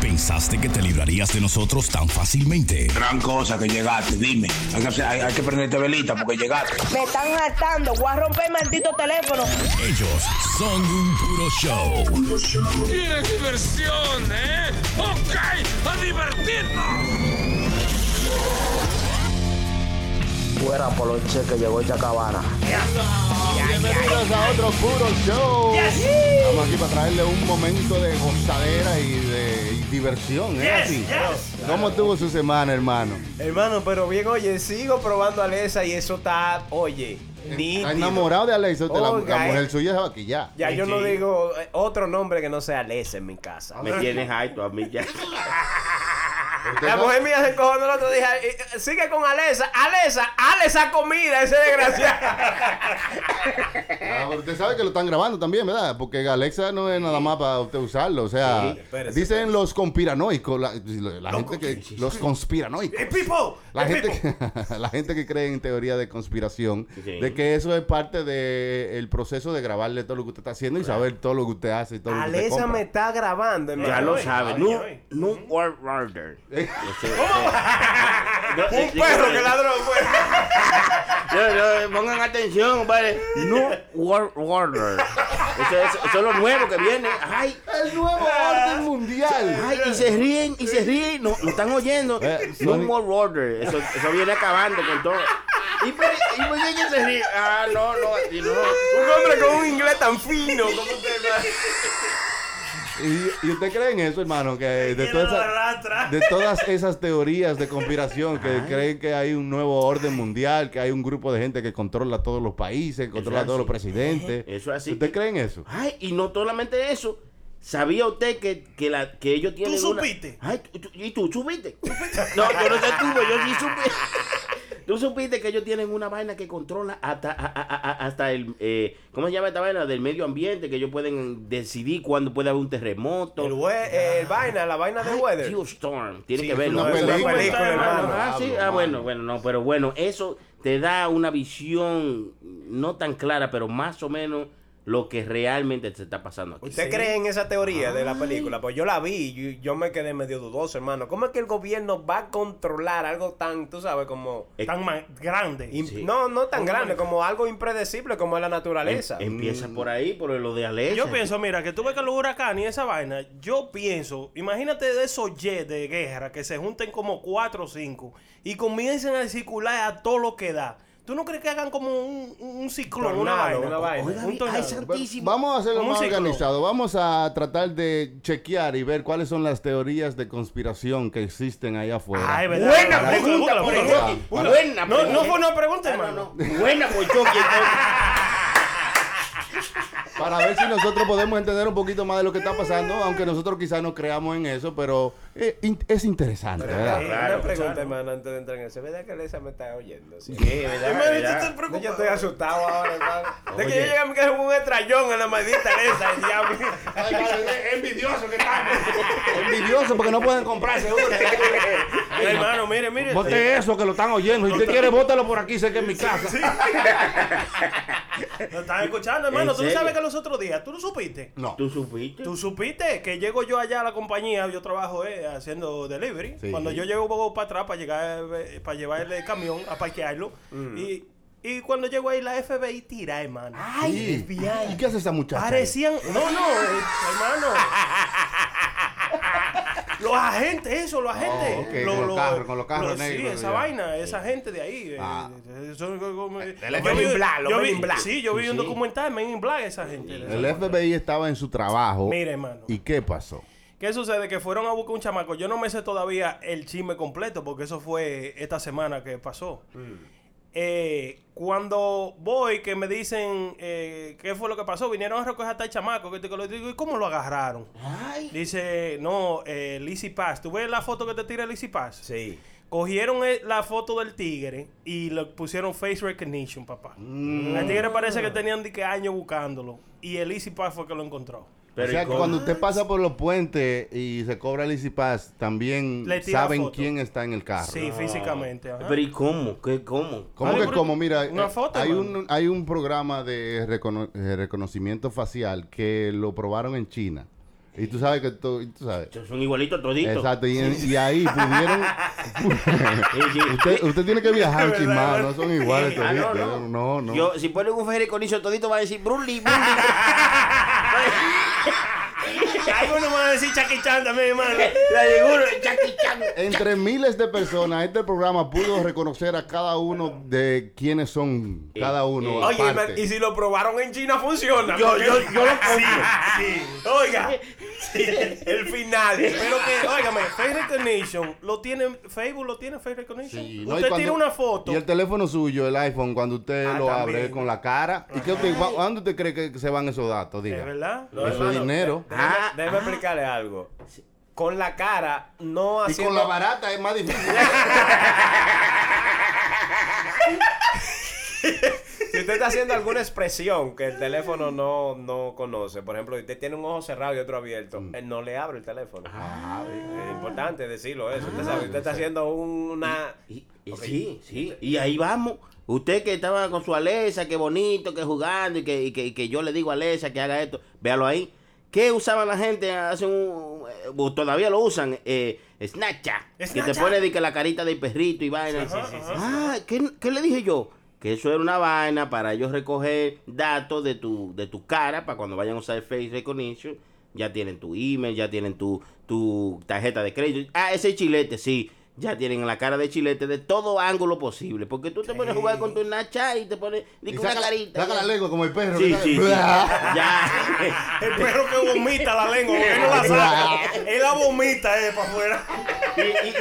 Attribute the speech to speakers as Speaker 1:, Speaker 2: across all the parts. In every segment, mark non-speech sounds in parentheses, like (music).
Speaker 1: pensaste que te librarías de nosotros tan fácilmente?
Speaker 2: Gran cosa que llegaste, dime. Hay que, hay- hay que prenderte velita porque llegaste.
Speaker 3: Me están hartando. Voy a romper el maldito teléfono.
Speaker 1: Ellos son un puro show.
Speaker 4: ¿Quieres diversión, eh? ¡Ok! ¡A divertirnos!
Speaker 5: Fuera Poloche que llegó esta cabana.
Speaker 6: Bienvenidos a otro puro show. Estamos aquí para traerle un momento de gozadera y de y diversión. ¿eh? Así. ¿Cómo tuvo su semana, hermano?
Speaker 7: Hermano, pero bien, oye, sigo probando a Lesa y eso está, oye, nítido.
Speaker 6: Está enamorado de Alexa. usted, la,
Speaker 7: Oiga,
Speaker 6: la
Speaker 7: eh.
Speaker 6: mujer suya estaba aquí ya.
Speaker 7: Ya yo no digo eh, otro nombre que no sea Lesa en mi casa.
Speaker 8: Me tienes alto a mí ya.
Speaker 6: Usted
Speaker 7: (laughs) La
Speaker 6: sabe-
Speaker 7: mujer mía se cojonó el otro día. eh, eh, Sigue con Alesa. Alesa, Alesa comida, ese
Speaker 8: (laughs)
Speaker 7: desgraciado.
Speaker 6: Ah, usted sabe que lo están grabando también, ¿verdad? Porque Alexa no es nada más para usted usarlo. O sea,
Speaker 7: Sí, espérese,
Speaker 6: dicen los conspiranoicos, la, la gente que, los conspiranoicos.
Speaker 7: Pipo,
Speaker 6: La
Speaker 7: eh,
Speaker 6: gente,
Speaker 7: Pipo.
Speaker 6: que, (laughs) la gente que cree en teoría de conspiración,
Speaker 8: Sí.
Speaker 6: de que eso es parte del proceso de grabarle todo lo que usted está haciendo y saber todo lo que usted hace y todo lo que usted
Speaker 7: Alesa
Speaker 6: compra.
Speaker 7: me está grabando, hermano.
Speaker 8: Ya lo sabes. No,
Speaker 7: Oye, oye.
Speaker 8: no world order. Este, (laughs)
Speaker 7: Un perro que ladró, pues.
Speaker 8: No, no, este, pongan atención, vale. No world order. Eso, eso- eso es lo nuevo que viene. Ay,
Speaker 6: ¡El nuevo (laughs) orden mundial!
Speaker 8: ay, y se ríen, y se ríen. No, no están oyendo.
Speaker 6: Eh,
Speaker 8: No
Speaker 6: Sony-
Speaker 8: world order. Eso, eso viene acabando con todo. ¿Y por, ¿Y por qué que se ríen? Ah, no, no, así no.
Speaker 7: Un hombre con un inglés tan fino como usted.
Speaker 6: ¿Y, y usted cree en eso, hermano? Que de, todas esas, de todas esas teorías de conspiración que creen que hay un nuevo orden mundial, que hay un grupo de gente que controla todos los países, controla
Speaker 8: así.
Speaker 6: todos los presidentes.
Speaker 8: Eso es así.
Speaker 6: ¿Usted cree en eso?
Speaker 8: Ay, y no solamente eso. ¿Sabía usted que, que, la, que ellos tienen una-
Speaker 7: supiste?
Speaker 8: Ay, tú- tú- ¿y tú supiste? No, yo no sé tú, pero yo sí supe. Tú supiste que ellos tienen una vaina que controla hasta, a- a- a- hasta el... eh, ¿Cómo se llama esta vaina? Del medio ambiente, que ellos pueden decidir cuándo puede haber un terremoto.
Speaker 7: El, hue- eh, el vaina, la vaina de
Speaker 8: Ay,
Speaker 7: Weather.
Speaker 8: Geostorm, tiene
Speaker 6: Sí,
Speaker 8: que
Speaker 6: es
Speaker 8: verlo.
Speaker 6: una
Speaker 8: Ah,
Speaker 6: película,
Speaker 7: hermano.
Speaker 8: Ah, sí, ah, bueno, bueno, no, pero bueno, eso te da una visión no tan clara, pero más o menos lo que realmente te está pasando aquí.
Speaker 7: ¿Usted cree en esa teoría de la película? Pues yo la vi y yo, yo me quedé medio dudoso, hermano. ¿Cómo es que el gobierno va a controlar algo tan, tú sabes, como...
Speaker 8: Eh,
Speaker 9: tan ma- grande.
Speaker 7: imp-
Speaker 8: sí.
Speaker 7: No, no tan grande, como algo impredecible como es la
Speaker 8: em-
Speaker 7: naturaleza.
Speaker 8: empieza por ahí, por lo de Alexa.
Speaker 9: Yo pienso, mira, que tú ves que los huracanes y esa vaina, yo pienso, imagínate de esos jets de guerra que se junten como cuatro o cinco y comiencen a circular a todo lo que da. ¿tú no crees que hagan como un, un- un ciclón,
Speaker 7: Tornado,
Speaker 9: una vaina?
Speaker 7: una vaina.
Speaker 9: Un
Speaker 8: Oiga, vi-
Speaker 9: tornado.
Speaker 8: ay, santísimo.
Speaker 6: Vamos a hacerlo
Speaker 9: Como un
Speaker 6: más
Speaker 9: ciclo.
Speaker 6: organizado. Vamos a tratar de chequear y ver cuáles son las teorías de conspiración que existen allá afuera.
Speaker 9: Ay, ¿verdad?
Speaker 8: Buena
Speaker 9: Búscala,
Speaker 8: pregunta,
Speaker 9: búscala,
Speaker 8: por
Speaker 9: búscala.
Speaker 8: Jockey.
Speaker 6: Para-
Speaker 8: Buena
Speaker 9: No, no fue
Speaker 8: pregunta.
Speaker 9: una pregunta,
Speaker 8: Ah, no,
Speaker 9: hermano.
Speaker 8: no. Buena
Speaker 6: pues,
Speaker 8: por Jockey.
Speaker 9: (laughs)
Speaker 6: Para ver si nosotros podemos entender un poquito más de lo que está pasando, aunque nosotros quizás no creamos en eso, pero eh, in- es interesante, ¿verdad?
Speaker 7: Eh,
Speaker 8: claro,
Speaker 7: una pregunta, hermano, antes de entrar en eso. ¿Verdad que Lesa me está oyendo? Sí.
Speaker 8: Sí, ¿verdad? ¿verdad?
Speaker 7: No, yo estoy asustado ahora, hermano.
Speaker 8: (laughs)
Speaker 7: De que yo llegué a mi casa con un estrellón en la maldita Lesa. el diablo.
Speaker 8: (laughs)
Speaker 6: Envidioso porque no pueden comprarse uno.
Speaker 9: Ay, hermano, mire, mire.
Speaker 6: Bote eso que lo están oyendo. Si usted quiere, bótalo por aquí, sé que es mi casa.
Speaker 9: Lo estás escuchando, hermano.
Speaker 8: ¿En
Speaker 9: Tú no
Speaker 8: serio?
Speaker 9: sabes que los otros días, tú no supiste.
Speaker 6: No.
Speaker 8: ¿Tú supiste?
Speaker 9: Tú supiste que llego yo allá a la compañía, yo trabajo eh, haciendo delivery.
Speaker 6: Sí.
Speaker 9: Cuando yo llego poco para atrás para llegar eh, para llevar el camión a parquearlo.
Speaker 6: Mm.
Speaker 9: Y, y cuando llego ahí la FBI tira, hermano.
Speaker 6: Sí. ¿Y qué hace esa muchacha? Ah, ahí?
Speaker 9: Parecían, no, no, eh,
Speaker 6: (laughs)
Speaker 9: hermano. Los agentes, eso, los agentes.
Speaker 6: Oh, ok, con los carros, con los carros negros,
Speaker 9: Sí, esa
Speaker 6: ya.
Speaker 9: vaina, esa gente de ahí. eh,
Speaker 6: Ah. Eh,
Speaker 9: eso- como- eh,
Speaker 7: Men
Speaker 9: yo vi-
Speaker 7: in Black, los
Speaker 9: yo
Speaker 7: Men
Speaker 9: vi-
Speaker 7: in Black.
Speaker 9: Sí, yo vi un documental, Men in Black, esa gente.
Speaker 6: El FBI estaba en su trabajo.
Speaker 9: Mira, hermano.
Speaker 6: ¿Y qué pasó?
Speaker 9: ¿Qué sucede? Que fueron a buscar un chamaco. Yo no me sé todavía el chisme completo porque eso fue esta semana que pasó. Eh, cuando voy, que me dicen eh, qué fue lo que pasó, vinieron a recoger hasta el chamaco. Que te, que lo digo, ¿y cómo lo agarraron? Dice, no, eh, Lizzy Paz. ¿Tú ves la foto que te tira Lizzy Paz?
Speaker 7: Sí.
Speaker 9: Cogieron eh, la foto del tigre y le pusieron face recognition, papá. El tigre parece que tenían de que años buscándolo. Y el Lizzy Paz fue que lo encontró.
Speaker 8: Pero
Speaker 6: o sea,
Speaker 8: ¿y
Speaker 6: que
Speaker 8: cómo?
Speaker 6: cuando usted pasa por los puentes y se cobra el Easy Pass, también
Speaker 9: Le tira
Speaker 6: saben
Speaker 9: foto.
Speaker 6: quién está en el carro.
Speaker 9: Sí, físicamente. ajá.
Speaker 8: Pero ¿y cómo? ¿Qué cómo?
Speaker 6: ¿Cómo
Speaker 9: Ay,
Speaker 6: que
Speaker 9: pero-
Speaker 6: como? Mira,
Speaker 9: una
Speaker 6: eh,
Speaker 9: foto,
Speaker 6: hay,
Speaker 9: hermano.
Speaker 6: un, hay eh, un programa de recono- de reconocimiento facial que lo probaron en China. Y tú sabes que tú, tú sabes.
Speaker 8: Son igualitos toditos.
Speaker 6: Exacto, y, en- y ahí pudieron.
Speaker 8: sí.
Speaker 6: usted, usted tiene que viajar,
Speaker 7: Es
Speaker 6: chimá,
Speaker 7: verdad,
Speaker 6: no son iguales.
Speaker 8: Ah, no,
Speaker 6: toditos,
Speaker 8: no.
Speaker 6: no, no.
Speaker 8: Yo, si ponen un Ferry Conicio todito, va a decir Brully, Brully.
Speaker 9: Algunos van a decir Chucky Chan también, hermano.
Speaker 8: (laughs) La seguro, Jackie Chan.
Speaker 6: Entre miles de personas, este programa pudo reconocer a cada uno de quienes son cada uno.
Speaker 8: eh.
Speaker 7: Oye,
Speaker 6: aparte.
Speaker 7: man, y si lo probaron en China funciona.
Speaker 8: Yo, yo, yo lo
Speaker 7: (laughs) Sí, sí. Oiga, sí, el final.
Speaker 9: Pero que, óigame, Face Recognition lo tiene, Facebook lo tiene Face Recognition.
Speaker 6: Sí, no, y
Speaker 9: Usted
Speaker 6: cuando-
Speaker 9: tiene una foto.
Speaker 6: Y el teléfono suyo, el iPhone, cuando usted
Speaker 7: Ah,
Speaker 6: lo
Speaker 7: también.
Speaker 6: abre con la cara. ¿Y qué usted, va- ¿Dónde usted cree que se van esos datos? Diga.
Speaker 9: ¿Es verdad?
Speaker 6: Eso es dinero.
Speaker 7: Ah,
Speaker 8: Ah,
Speaker 7: Déjame explicarle algo. Con la cara, no
Speaker 6: Y
Speaker 7: haciendo...
Speaker 6: con la barata es más difícil.
Speaker 7: Si usted está haciendo alguna expresión que el teléfono no, no conoce, por ejemplo, si usted tiene un ojo cerrado y otro abierto,
Speaker 6: Mm.
Speaker 7: él no le abre el teléfono.
Speaker 6: Ah, eh.
Speaker 7: Es importante decirlo eso. Usted sabe, usted está haciendo un- una...
Speaker 8: Y- y Sí, sí. Y ahí vamos. Usted que estaba con su Alexa, que bonito, que jugando, y que, y que, y que yo le digo a Alexa que haga esto, véalo ahí. ¿Qué usaban la gente hace un... eh, o todavía lo usan? Eh, Snapchat. Que te
Speaker 9: Snapchat.
Speaker 8: pone de que la carita del perrito y vaina. ah, ¿qué, qué le dije yo? Que eso era una vaina para ellos recoger datos de tu, de tu cara para cuando vayan a usar Face Recognition. Ya tienen tu email, ya tienen tu, tu tarjeta de crédito. Ah, ese chilete, sí. Ya tienen la cara de chilete de todo ángulo posible. Porque tú te pones a jugar con tu Snapchat y te pones di
Speaker 6: Y
Speaker 8: que una
Speaker 6: saca,
Speaker 8: carita.
Speaker 6: saca la lengua como el perro.
Speaker 8: Sí,
Speaker 6: ¿verdad?
Speaker 8: sí,
Speaker 6: (laughs)
Speaker 8: sí.
Speaker 6: Bla.
Speaker 8: ya.
Speaker 9: El perro que vomita la lengua, porque él no la saca. él la vomita, eh, para afuera.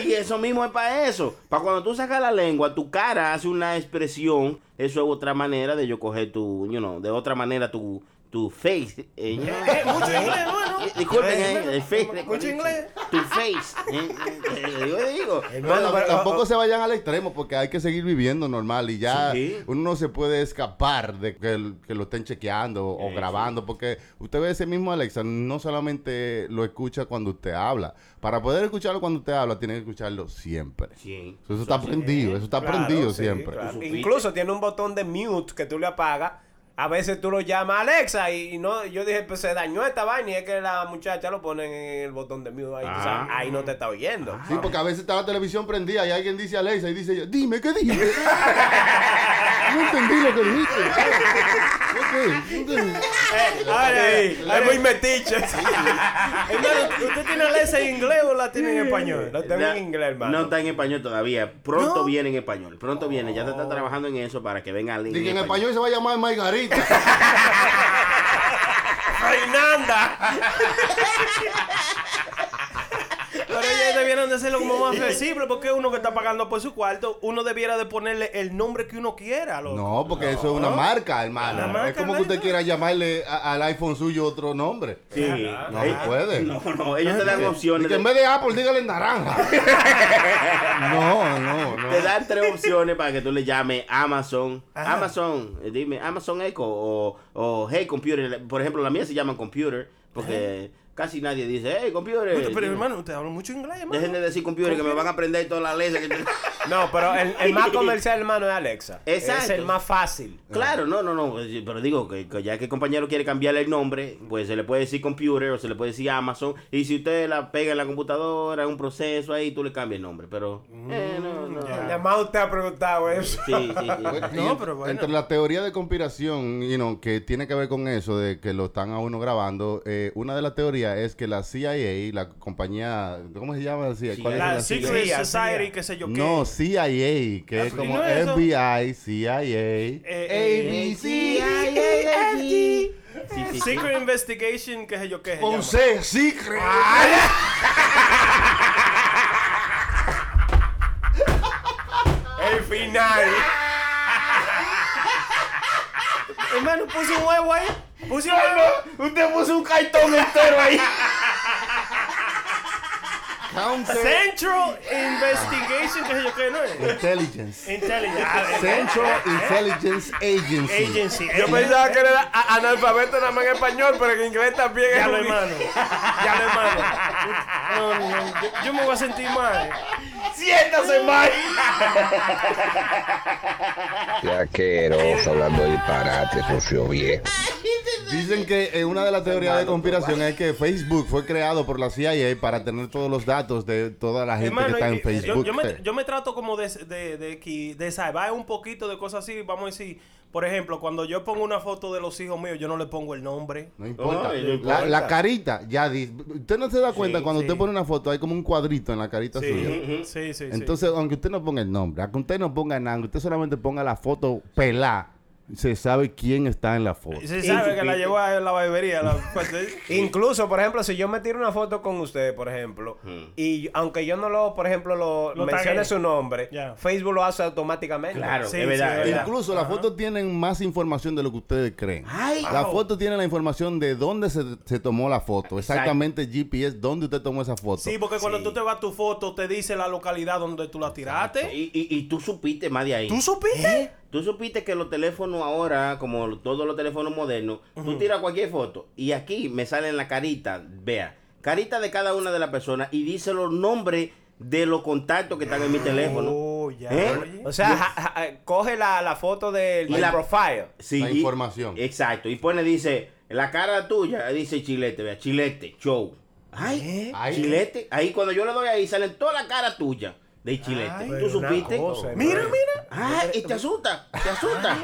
Speaker 8: Y, y- y eso mismo es para eso. Para cuando tú sacas la lengua, tu cara hace una expresión. Eso es otra manera de yo coger tu, you know, de otra manera tu, tu face. eh,
Speaker 9: Eh, mucho inglés, bueno.
Speaker 8: eh, Disculpen, eh, el face.
Speaker 9: Mucho inglés.
Speaker 8: Tu face. eh, eh, yo digo.
Speaker 6: Bueno,
Speaker 7: oh,
Speaker 6: tampoco
Speaker 9: oh.
Speaker 6: se vayan al extremo porque hay que seguir viviendo normal y ya
Speaker 8: Sí.
Speaker 6: uno no se puede escapar de que, el- que lo estén chequeando o grabando porque usted ve ese mismo Alexa, no solamente lo escucha cuando usted habla, para poder escucharlo cuando usted habla tiene que escucharlo siempre.
Speaker 8: Sí.
Speaker 6: Eso está prendido, eso está prendido
Speaker 7: sí,
Speaker 6: siempre.
Speaker 7: claro.
Speaker 8: Tú supiste.
Speaker 7: Incluso tiene un botón de mute que tú le apagas. A veces tú lo llamas Alexa y no, yo dije, pues se dañó esta vaina y es que la muchacha lo pone en el botón de mute ahí, tú sabes, ahí no te está oyendo.
Speaker 6: Ah. Sí, porque a veces está la televisión prendida y alguien dice Alexa y dice yo, dime, ¿qué dije? no entendí lo que dijiste. ¿Qué? ¿Qué? ¿Qué?
Speaker 9: Eh, ay, ay,
Speaker 7: Es muy metiche.
Speaker 9: Hermano, ¿usted tiene Alexa en inglés o la tiene en español?
Speaker 7: Lo tengo en inglés, hermano.
Speaker 8: No está en español todavía. Pronto viene en español. Pronto viene. Ya te está trabajando en eso para que venga alguien.
Speaker 6: Dije, en español se va a llamar Margarita.
Speaker 9: ¡Fernanda! Pero ellos debieron de hacerlo como más flexible porque uno que está pagando por su cuarto, uno debiera de ponerle el nombre que uno quiera. loco.
Speaker 6: No, porque eso es una marca, hermano.
Speaker 9: Una
Speaker 6: es
Speaker 9: marca,
Speaker 6: como que usted
Speaker 9: ¿verdad?
Speaker 6: quiera llamarle a- al iPhone suyo otro nombre.
Speaker 8: Sí.
Speaker 6: No se puede.
Speaker 8: No, no. Ellos te dan opciones.
Speaker 6: Y que en
Speaker 8: de-
Speaker 6: vez de Apple, dígale naranja. (laughs) no, no, no.
Speaker 8: Te dan tres opciones para que tú le llames Amazon. Amazon, eh, dime, Amazon Echo o, o Hey Computer. Por ejemplo, la mía se llama Computer porque casi nadie dice Hey Computer.
Speaker 9: Usted- Pero hermano, usted habla mucho inglés, hermano.
Speaker 8: Dejen de decir computer que me van a aprender toda la leyes. que-
Speaker 7: No, pero el, el más comercial, hermano, es Alexa. Es
Speaker 8: Exacto.
Speaker 7: el más fácil.
Speaker 8: Claro, no, no, no. eh, Pero digo que, que ya que el compañero quiere cambiarle el nombre, pues se le puede decir computer o se le puede decir Amazon. Y si usted la pega en la computadora, en un proceso ahí, tú le cambias el nombre. Pero. eh, no, no.
Speaker 7: Nada más usted ha preguntado eso.
Speaker 8: Sí, sí, sí.
Speaker 6: Pues, Y
Speaker 9: No,
Speaker 6: en-
Speaker 9: pero bueno.
Speaker 6: Entre la teoría de conspiración, you know, que tiene que ver con eso, de que lo están a uno grabando, eh, una de las teorías es que la CIA, la compañía, ¿cómo se llama? la CIA? ¿Cuál es
Speaker 9: La
Speaker 6: la CIA?
Speaker 9: Secret
Speaker 7: Sí, así
Speaker 9: Society,
Speaker 7: ya.
Speaker 9: qué sé yo qué.
Speaker 6: No, CIA, que es
Speaker 9: ¿y
Speaker 6: como
Speaker 9: no es eso?
Speaker 6: FBI, CIA,
Speaker 9: Eh,
Speaker 6: ABC,
Speaker 8: Sí, sí, sí.
Speaker 9: Secret Investigation, qué sé yo qué. se
Speaker 6: con
Speaker 9: llama.
Speaker 6: C, Secret.
Speaker 9: Ah,
Speaker 7: El final.
Speaker 9: Hermano, puse un huevo ahí. Puse un huevo.
Speaker 8: Usted puso un cartón entero ahí.
Speaker 6: Counter
Speaker 9: Central Investigation, qué sé yo qué, no es.
Speaker 6: Intelligence.
Speaker 9: Intelligence
Speaker 6: Central Intelligence Agency.
Speaker 9: Agency.
Speaker 7: Yo pensaba que era a- analfabeto nada más en español, pero en inglés también es
Speaker 9: Ya lo
Speaker 7: un-
Speaker 9: hermano. Ya lo hermano. No, no, yo, yo me voy a sentir mal.
Speaker 8: Siéntase mal.
Speaker 10: Ya que eros hablando de disparate, socio viejo.
Speaker 6: Dicen que eh, una de las teorías de conspiración es que Facebook fue creado por la CIA para tener todos los datos de toda la gente que
Speaker 9: Hermano,
Speaker 6: está
Speaker 9: y-
Speaker 6: en
Speaker 9: y- yo,
Speaker 6: Facebook. eh.
Speaker 9: yo me,
Speaker 6: Sí.
Speaker 9: yo me trato como de, de, de, qui- de salvar un poquito de cosas así. Vamos a decir, por ejemplo, cuando yo pongo una foto de los hijos míos, yo no le pongo el nombre.
Speaker 6: No importa.
Speaker 8: Ay, no
Speaker 6: La,
Speaker 8: importa.
Speaker 6: la carita, ya. di- Usted no se da cuenta
Speaker 9: Sí,
Speaker 6: cuando
Speaker 9: sí.
Speaker 6: usted pone una foto, hay como un cuadrito en la carita suya.
Speaker 9: Sí, sí, sí.
Speaker 6: Entonces, aunque usted no ponga el nombre, aunque usted no ponga nada, aunque usted solamente ponga la foto pelá, se sabe quién está en la foto.
Speaker 9: se sabe que la llevó a la barbería.
Speaker 6: (laughs)
Speaker 9: la-
Speaker 7: Incluso, por ejemplo, si yo me tiro una foto con usted, por ejemplo, y yo- aunque yo no lo, por ejemplo, lo,
Speaker 9: Lo
Speaker 7: mencione
Speaker 9: tagué.
Speaker 7: su nombre,
Speaker 9: Ya.
Speaker 7: Facebook lo hace automáticamente.
Speaker 8: Claro,
Speaker 9: Sí,
Speaker 8: es verdad.
Speaker 9: sí,
Speaker 8: es
Speaker 9: es
Speaker 8: verdad.
Speaker 6: Incluso las fotos tienen más información de lo que ustedes creen.
Speaker 8: Ay.
Speaker 6: la
Speaker 8: Wow.
Speaker 6: foto tiene la información de dónde se, se tomó la foto. Exactamente GPS, dónde usted tomó esa foto.
Speaker 9: Sí, porque cuando tú te vas a tu foto, te dice la localidad donde tú la tiraste.
Speaker 8: Y, y, y tú supiste más de ahí.
Speaker 9: ¿Tú supiste?
Speaker 8: Tú supiste que los teléfonos ahora, como todos los teléfonos modernos, tú tiras cualquier foto y aquí me salen la carita, vea, carita de cada una de las personas y dice los nombres de los contactos que están en mi teléfono.
Speaker 9: Oh, ya.
Speaker 8: ¿Eh?
Speaker 9: oye.
Speaker 7: O sea, ja- ja- ja- coge la, la foto del,
Speaker 8: Y
Speaker 7: del
Speaker 8: la-
Speaker 7: profile.
Speaker 8: Sí,
Speaker 6: La
Speaker 8: y-
Speaker 6: información.
Speaker 8: exacto. Y pone, dice, la cara tuya, dice chilete, vea, chilete, show. Ay,
Speaker 6: Ay.
Speaker 8: chilete. Ahí cuando yo le doy ahí salen toda la cara tuya de chilete. ¿Tú
Speaker 7: Una
Speaker 8: supiste?
Speaker 7: cosa,
Speaker 9: Mira,
Speaker 7: hermano.
Speaker 9: mira.
Speaker 8: Ay, y te asusta, te asusta.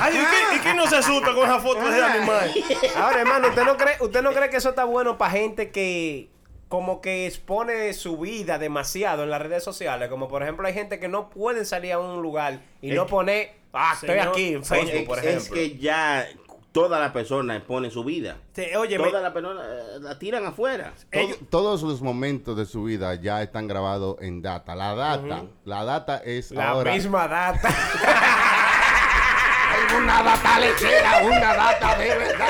Speaker 9: Ay, ¿y quién- ¿y quién no se asusta con esa foto de ese animal?
Speaker 7: Ahora, hermano, ¿usted no, cree, ¿usted no cree que eso está bueno para gente que como que expone su vida demasiado en las redes sociales? Como por ejemplo hay gente que no pueden salir a un lugar y no poner, ah,
Speaker 9: Señor,
Speaker 7: estoy aquí en Facebook, por
Speaker 8: es, es
Speaker 7: ejemplo.
Speaker 8: que ya toda la persona expone su vida.
Speaker 9: Te- Oye, me-
Speaker 8: Toda la persona eh, la tiran afuera.
Speaker 6: Todo-
Speaker 9: ellos-
Speaker 6: todos los momentos de su vida ya están grabados en data. La data, la data es
Speaker 7: La
Speaker 6: ahora.
Speaker 7: misma data.
Speaker 6: Una data lechera, una data de verdad.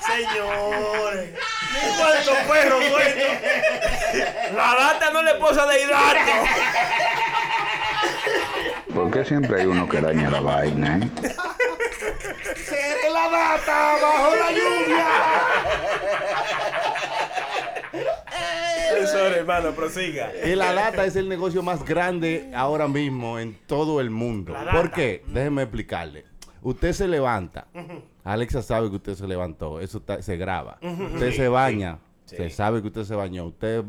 Speaker 9: Señores, cuántos perros muertos. La data no le esposa de hidrato.
Speaker 10: ¿Por qué siempre hay uno que daña la vaina, eh?
Speaker 6: La data bajo la lluvia.
Speaker 7: Sorry, hermano, prosiga.
Speaker 6: Y (laughs) la data es el negocio más grande ahora mismo en todo el mundo. ¿Por qué? Déjeme explicarle. Usted se levanta. Alexa sabe que usted se levantó. Eso está- se graba. Usted se baña. Se sabe que usted se bañó. Usted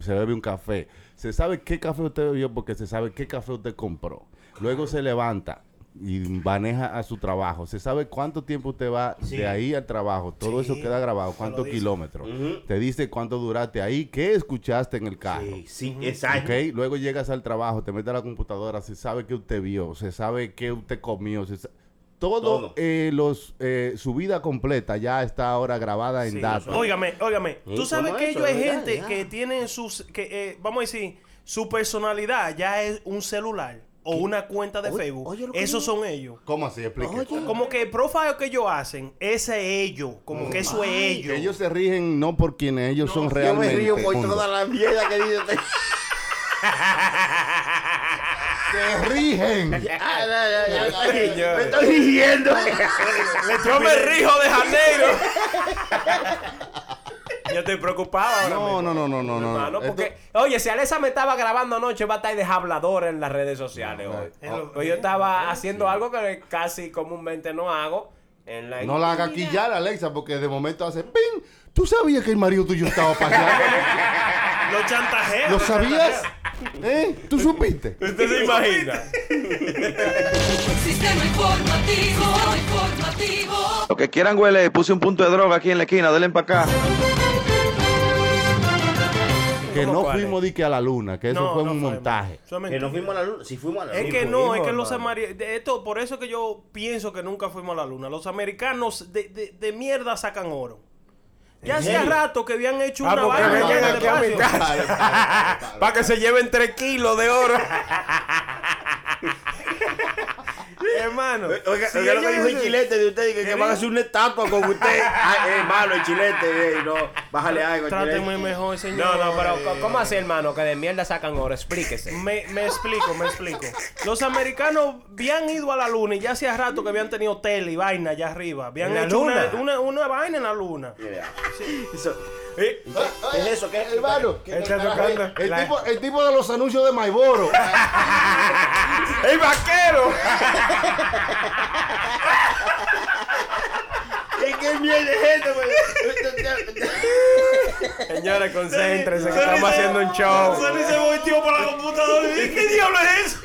Speaker 6: se bebe un café. Se sabe qué café usted bebió porque se sabe qué café usted compró. Luego se levanta y maneja a su trabajo. Se sabe cuánto tiempo usted va de ahí al trabajo. Todo eso queda grabado. Cuántos kilómetros. Te dice cuánto duraste ahí. ¿Qué escuchaste en el carro?
Speaker 8: Sí, sí, exacto.
Speaker 6: Ok, luego llegas al trabajo, te metes a la computadora, se sabe que usted vio, se sabe que usted comió, se sa- todo,
Speaker 8: Todo.
Speaker 6: eh, los eh, su vida completa ya está ahora grabada en datos.
Speaker 9: Óigame, óigame. Tú
Speaker 8: ¿cómo
Speaker 9: sabes que
Speaker 8: eso?
Speaker 9: ellos hay
Speaker 8: Ya,
Speaker 9: gente
Speaker 8: ya.
Speaker 9: que tiene sus, que eh, vamos a decir, su personalidad ya es un celular o una cuenta de
Speaker 8: Oye,
Speaker 9: Facebook.
Speaker 8: oye lo que
Speaker 9: Esos
Speaker 8: yo-
Speaker 9: son ellos.
Speaker 6: ¿Cómo así? Explique.
Speaker 9: Como que el profile que ellos hacen, ese es ellos. Como que eso es ellos.
Speaker 6: Ellos se rigen no por quienes ellos son
Speaker 8: Yo me
Speaker 6: realmente.
Speaker 8: río por
Speaker 6: punto.
Speaker 8: toda la mierda que dice. usted.
Speaker 6: Se rigen.
Speaker 8: Ah, no, no, no,
Speaker 7: Señores.
Speaker 8: no, Me estoy riendo.
Speaker 9: Yo me rijo de Janeiro. Yo estoy preocupado ahora
Speaker 6: No,
Speaker 9: mismo.
Speaker 6: no, no, no, no, no.
Speaker 7: Hermano,
Speaker 6: Esto-
Speaker 7: porque, oye, si Alexa me estaba grabando anoche, va a estar de habladora en las redes sociales hoy.
Speaker 9: no.
Speaker 7: Pues yo estaba haciendo algo que casi comúnmente no hago. En la
Speaker 6: No la haga quillar, Alexa, porque de momento hace ¡ping! ¿Tú sabías que el marido tuyo estaba allá?
Speaker 9: Los chantajeos. (laughs)
Speaker 6: ¿Lo sabías? ¿Eh? ¿Tú supiste?
Speaker 9: ¿Usted se (laughs) imagina?
Speaker 11: Sistema informativo, informativo.
Speaker 10: Lo que quieran huele, puse un punto de droga aquí en la esquina, denle para acá.
Speaker 6: Que
Speaker 9: ¿Cómo
Speaker 6: no
Speaker 9: cuál es?
Speaker 6: fuimos dique a la luna, que eso
Speaker 9: No,
Speaker 6: fue
Speaker 9: no
Speaker 6: un
Speaker 9: fue,
Speaker 6: montaje.
Speaker 9: Eso es
Speaker 8: Que
Speaker 9: mentira.
Speaker 8: no fuimos a la luna. Sí fuimos a la luna.
Speaker 9: Es que no, es que
Speaker 7: fuimos,
Speaker 9: los
Speaker 7: hermano.
Speaker 9: americanos. Esto, por eso que yo pienso que nunca fuimos a la luna. Los americanos de, de, de mierda sacan oro. Ya hacía rato que habían hecho
Speaker 7: Ah,
Speaker 9: una
Speaker 7: porque
Speaker 9: vaina
Speaker 7: me
Speaker 9: allá en
Speaker 7: llega
Speaker 9: el
Speaker 7: aquí a mi
Speaker 9: espacio.
Speaker 7: casa. Para que se lleven 3 kilos de oro.
Speaker 9: (laughs) Hermano.
Speaker 8: Oiga,
Speaker 9: si
Speaker 8: oiga lo que
Speaker 9: ellos-
Speaker 8: dijo el chilete de usted, que, que van a hacer una etapa con usted. Ay, hermano, el chilete, eh, no, bájale algo.
Speaker 9: Tráteme
Speaker 8: Chilete.
Speaker 9: mejor, señor.
Speaker 7: No, no, pero co- ¿cómo así, hermano? Que de mierda sacan oro. Explíquese.
Speaker 9: Me, me explico, me explico. Los americanos habían ido a la luna y ya hacía rato que habían tenido tele y vaina allá arriba. Habían
Speaker 7: ¿En la
Speaker 9: hecho una,
Speaker 7: luna?
Speaker 9: una, una vaina en la luna.
Speaker 8: Eso-
Speaker 7: eh,
Speaker 8: ¿Qué es eso? ¿Qué es eso?
Speaker 6: Hermano,
Speaker 7: Él está tocando.
Speaker 6: el
Speaker 7: la-
Speaker 6: tipo, el tipo de los anuncios de Maiboro.
Speaker 7: ¡El vaquero!
Speaker 8: ¿Qué mierda es esto, pues? güey?
Speaker 7: Señores, concéntrense que estamos haciendo un show.
Speaker 9: Sony se volteó para la computadora y dice, ¿qué diablo es eso?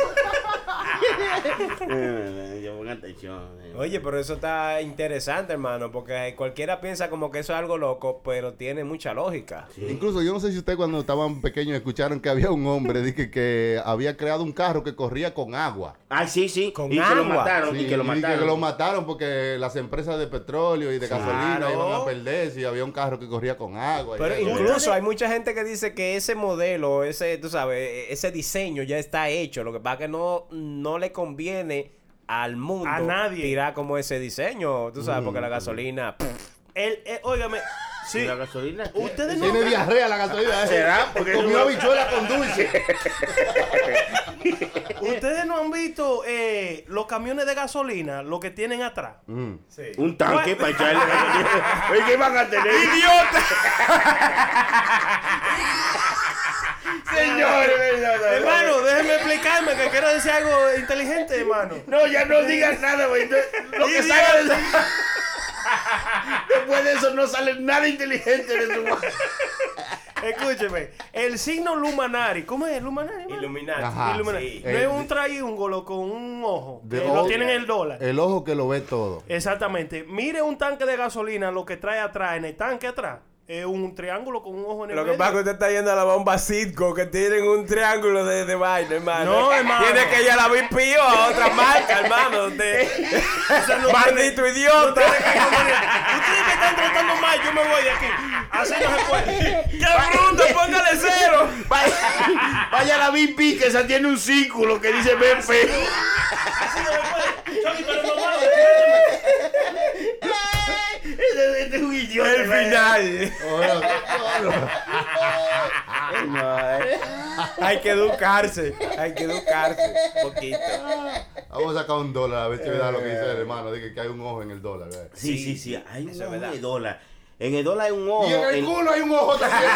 Speaker 8: eh, Yo pongo atención. eh.
Speaker 7: Oye, pero eso está interesante, hermano, porque cualquiera piensa como que eso es algo loco, pero tiene mucha lógica.
Speaker 6: Incluso yo no sé si ustedes cuando estaban pequeños escucharon que había un hombre dije, que, había creado un carro que corría con agua.
Speaker 8: Ay, sí, sí.
Speaker 7: Con
Speaker 8: y que lo
Speaker 7: agua.
Speaker 8: mataron,
Speaker 6: Sí,
Speaker 8: y que lo mataron.
Speaker 6: que lo mataron porque las empresas de petróleo y de gasolina
Speaker 7: Claro.
Speaker 6: iban a perder si había un carro que corría con agua. y
Speaker 7: Pero
Speaker 6: eso.
Speaker 7: incluso hay mucha gente que dice que ese modelo, ese, tú sabes, e, ese diseño ya está hecho. Lo que pasa que no, no le conviene al mundo
Speaker 9: A nadie. Mm.
Speaker 7: tirar como ese diseño, tú sabes, porque la gasolina. pff,
Speaker 9: El, eh,
Speaker 7: (laughs)
Speaker 9: óigame, sí.
Speaker 8: La gasolina. ¿qué?
Speaker 9: Ustedes no.
Speaker 6: Tiene diarrea la gasolina. ¿eh?
Speaker 8: ¿Será? Porque
Speaker 6: comió
Speaker 8: yo-
Speaker 6: habichuela con dulce.
Speaker 9: Ustedes no han visto eh, los camiones de gasolina, lo que tienen atrás.
Speaker 8: Un tanque para echarle
Speaker 7: (laughs)
Speaker 8: gasolina. Oye, ¿qué van a tener?
Speaker 9: ¡Idiota!
Speaker 8: Señores, no, no, no.
Speaker 9: hermano, déjeme explicarme que quiero decir algo inteligente, hermano.
Speaker 8: No, ya no digas nada, güey. No- Lo que
Speaker 9: Idiota.
Speaker 8: salga de eso- Después de eso no sale nada inteligente de tu
Speaker 9: (laughs) Escúcheme, el signo luminari, ¿cómo es? ¿Luminari? hermano?
Speaker 7: Illuminati.
Speaker 6: Ajá.
Speaker 9: Luminari.
Speaker 6: Sí.
Speaker 9: No
Speaker 6: Eh,
Speaker 9: es un triángulo con un ojo.
Speaker 6: De
Speaker 8: Eh,
Speaker 9: que
Speaker 6: ojo.
Speaker 9: lo tienen el dólar.
Speaker 6: El ojo que lo ve todo.
Speaker 9: Exactamente. Mire un tanque de gasolina, lo que trae atrás, en el tanque atrás, es un triángulo con un ojo en el
Speaker 7: Lo que
Speaker 9: medio.
Speaker 7: pasa es que usted está yendo a la bomba Citgo, que tienen un triángulo de, de vaina, hermano.
Speaker 9: No, hermano.
Speaker 7: Tiene que ir a la BPO, a
Speaker 9: (laughs)
Speaker 7: otra marca, hermano. Usted, maldito idiota.
Speaker 9: Ustedes me están tratando mal, yo me voy de aquí. Así no se
Speaker 7: (laughs)
Speaker 9: puede. ¡Qué bruto! ¡Póngale cero!
Speaker 8: (laughs) Vaya, vaya la VIP que esa tiene un círculo que dice BP.
Speaker 9: Así no se puede. Chucky, pero no malo, espérate.
Speaker 8: Este este es un idiota.
Speaker 7: El final. Hay que educarse. Hay que educarse. Un poquito.
Speaker 6: Vamos a sacar un dólar a ver si me da lo que dice el hermano. Dije que hay un ojo en el dólar. ¿verdad?
Speaker 8: Sí, sí, sí. Hay un
Speaker 7: Eso es
Speaker 8: ojo en
Speaker 7: verdad.
Speaker 8: el dólar. En el dólar hay un ojo.
Speaker 6: Y en el
Speaker 8: en-
Speaker 6: culo hay un ojo también.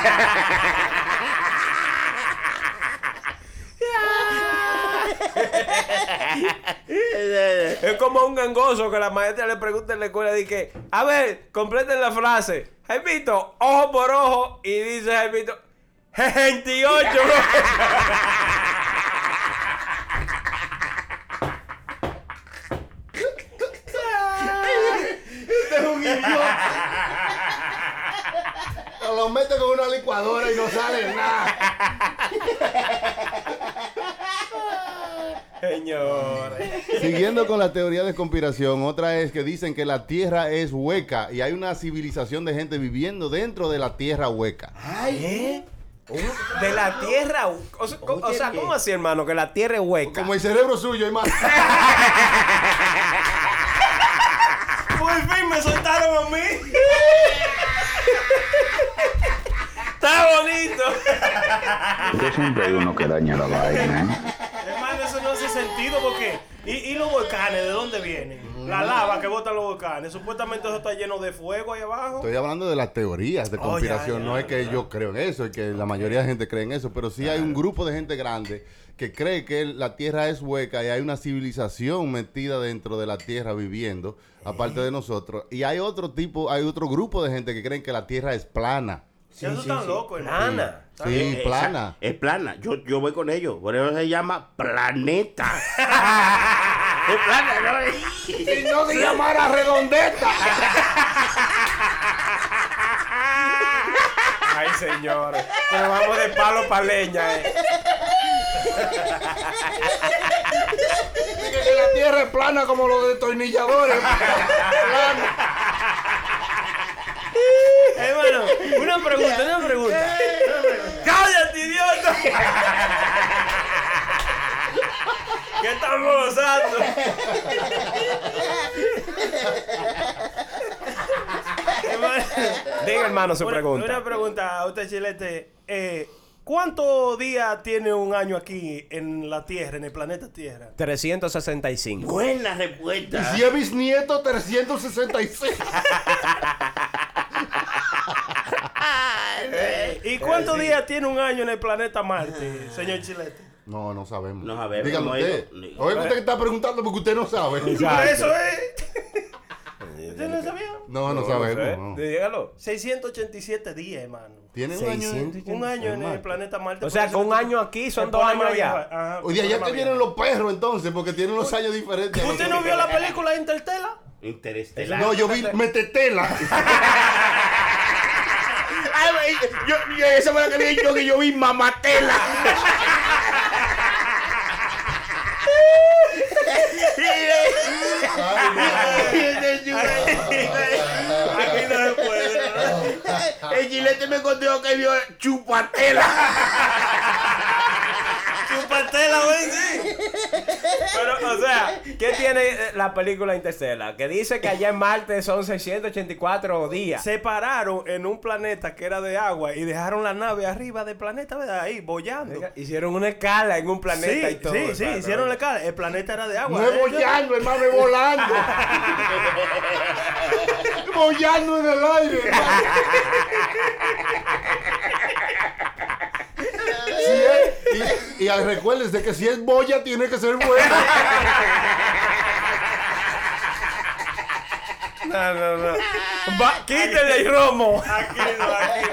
Speaker 7: Es como un gangoso que la maestra le pregunta en la escuela, dice, a ver, completen la frase. Jaimito, ojo por ojo, y dice Jaimito, 28,
Speaker 9: (laughs)
Speaker 7: bro.
Speaker 6: Lo mete con una licuadora y no sale nada.
Speaker 7: Señor.
Speaker 6: Siguiendo con la teoría de conspiración, otra es que dicen que la tierra es hueca y hay una civilización de gente viviendo dentro de la tierra hueca.
Speaker 7: De la tierra. O sea, o sea, ¿cómo así, hermano? Que la tierra es hueca.
Speaker 6: Como el cerebro suyo, hermano.
Speaker 9: Por fin me soltaron a mí.
Speaker 7: ¡Está bonito!
Speaker 10: Usted siempre hay uno que daña la vaina, ¿eh?
Speaker 9: Hermano, eso no hace sentido porque. ¿Y, y los volcanes? ¿De dónde vienen? La lava que botan los volcanes. Supuestamente eso está lleno de fuego ahí abajo.
Speaker 6: Estoy hablando de las teorías de
Speaker 9: Oh, ya,
Speaker 6: conspiración,
Speaker 9: ya,
Speaker 6: no es que yo creo en eso, es que la mayoría de gente cree en eso, pero sí hay un grupo de gente grande que cree que la Tierra es hueca y hay una civilización metida dentro de la Tierra viviendo, aparte de nosotros. Y hay otro tipo, hay otro grupo de gente que creen que la Tierra es plana.
Speaker 9: eso es tan loco, hermano.
Speaker 7: Plana.
Speaker 9: Está bien.
Speaker 6: Sí,
Speaker 8: Esa-
Speaker 6: plana.
Speaker 8: Es plana. Yo, yo voy con ellos. Por eso se llama
Speaker 6: (laughs)
Speaker 8: planeta. es plana, ¿no?
Speaker 6: Si no se llamara redondeta.
Speaker 7: Ay, señor. Pero vamos de palo pa' leña, eh.
Speaker 6: que la Tierra es plana como los destornilladores.
Speaker 9: Hermano, una pregunta, una pregunta. ¡Cállate, idiota! ¿Qué estamos gozando? Hermano,
Speaker 7: Diga, hermano, su
Speaker 9: una-
Speaker 7: pregunta.
Speaker 9: Una pregunta a usted, Chilete. Eh, ¿Cuántos días tiene un año aquí en la Tierra, en el planeta Tierra?
Speaker 7: 365.
Speaker 8: Buena respuesta.
Speaker 6: Si es bisnieto 366.
Speaker 9: ¿Y cuántos días tiene un año en el planeta Marte, señor Chilete?
Speaker 6: No, no sabemos.
Speaker 8: No sabemos,
Speaker 6: Dígalo
Speaker 8: no
Speaker 6: usted.
Speaker 8: hay- no-
Speaker 6: Oiga, usted que está preguntando porque usted no sabe. (laughs)
Speaker 9: Eso es. ¿Usted no sabía?
Speaker 6: No, no, sabemos. no.
Speaker 7: Dígalo.
Speaker 9: 687 días, hermano.
Speaker 6: Tiene un año. en-
Speaker 9: Un año en el
Speaker 6: Marte.
Speaker 9: planeta Marte.
Speaker 7: O sea,
Speaker 9: por eso
Speaker 7: con un
Speaker 9: tú-
Speaker 7: año aquí son
Speaker 9: el
Speaker 7: dos años
Speaker 9: problema
Speaker 7: allá.
Speaker 9: viejo. Ajá,
Speaker 6: Oye,
Speaker 9: el
Speaker 6: allá
Speaker 9: problema
Speaker 6: que vienen
Speaker 9: viejo.
Speaker 6: los perros entonces, porque tienen los años diferentes.
Speaker 9: ¿Usted no vio
Speaker 6: (laughs)
Speaker 9: la película de Interstellar?
Speaker 8: Interestelar. (laughs)
Speaker 6: No, yo vi Metetela.
Speaker 8: Ay, Ah, güey, yo, yo- eso fue lo que le dije yo que yo vi mamatela.
Speaker 9: Aquí no se puede. ¿no?
Speaker 8: El chilete me contó que vio
Speaker 6: (laughs)
Speaker 8: chupatela.
Speaker 9: Chupatela, güey, sí.
Speaker 7: Pero, o sea, ¿qué tiene eh, la película Interstellar? Que dice que allá en Marte son 684 días.
Speaker 9: Se pararon en un planeta que era de agua y dejaron la nave arriba del planeta, ¿verdad? Ahí, bollando.
Speaker 7: Hicieron una escala en un planeta
Speaker 9: sí,
Speaker 7: y todo.
Speaker 9: sí, sí,
Speaker 7: hermano.
Speaker 9: hicieron la escala. El planeta era de agua.
Speaker 6: No es
Speaker 9: De hecho,
Speaker 6: bollando, hermano, es volando. bollando en el aire. hermano. Si es- y, y recuérdense que si es boya, tiene que ser buena.
Speaker 7: No, no, no.
Speaker 9: Va, quítenle el romo. Aquí no, aquí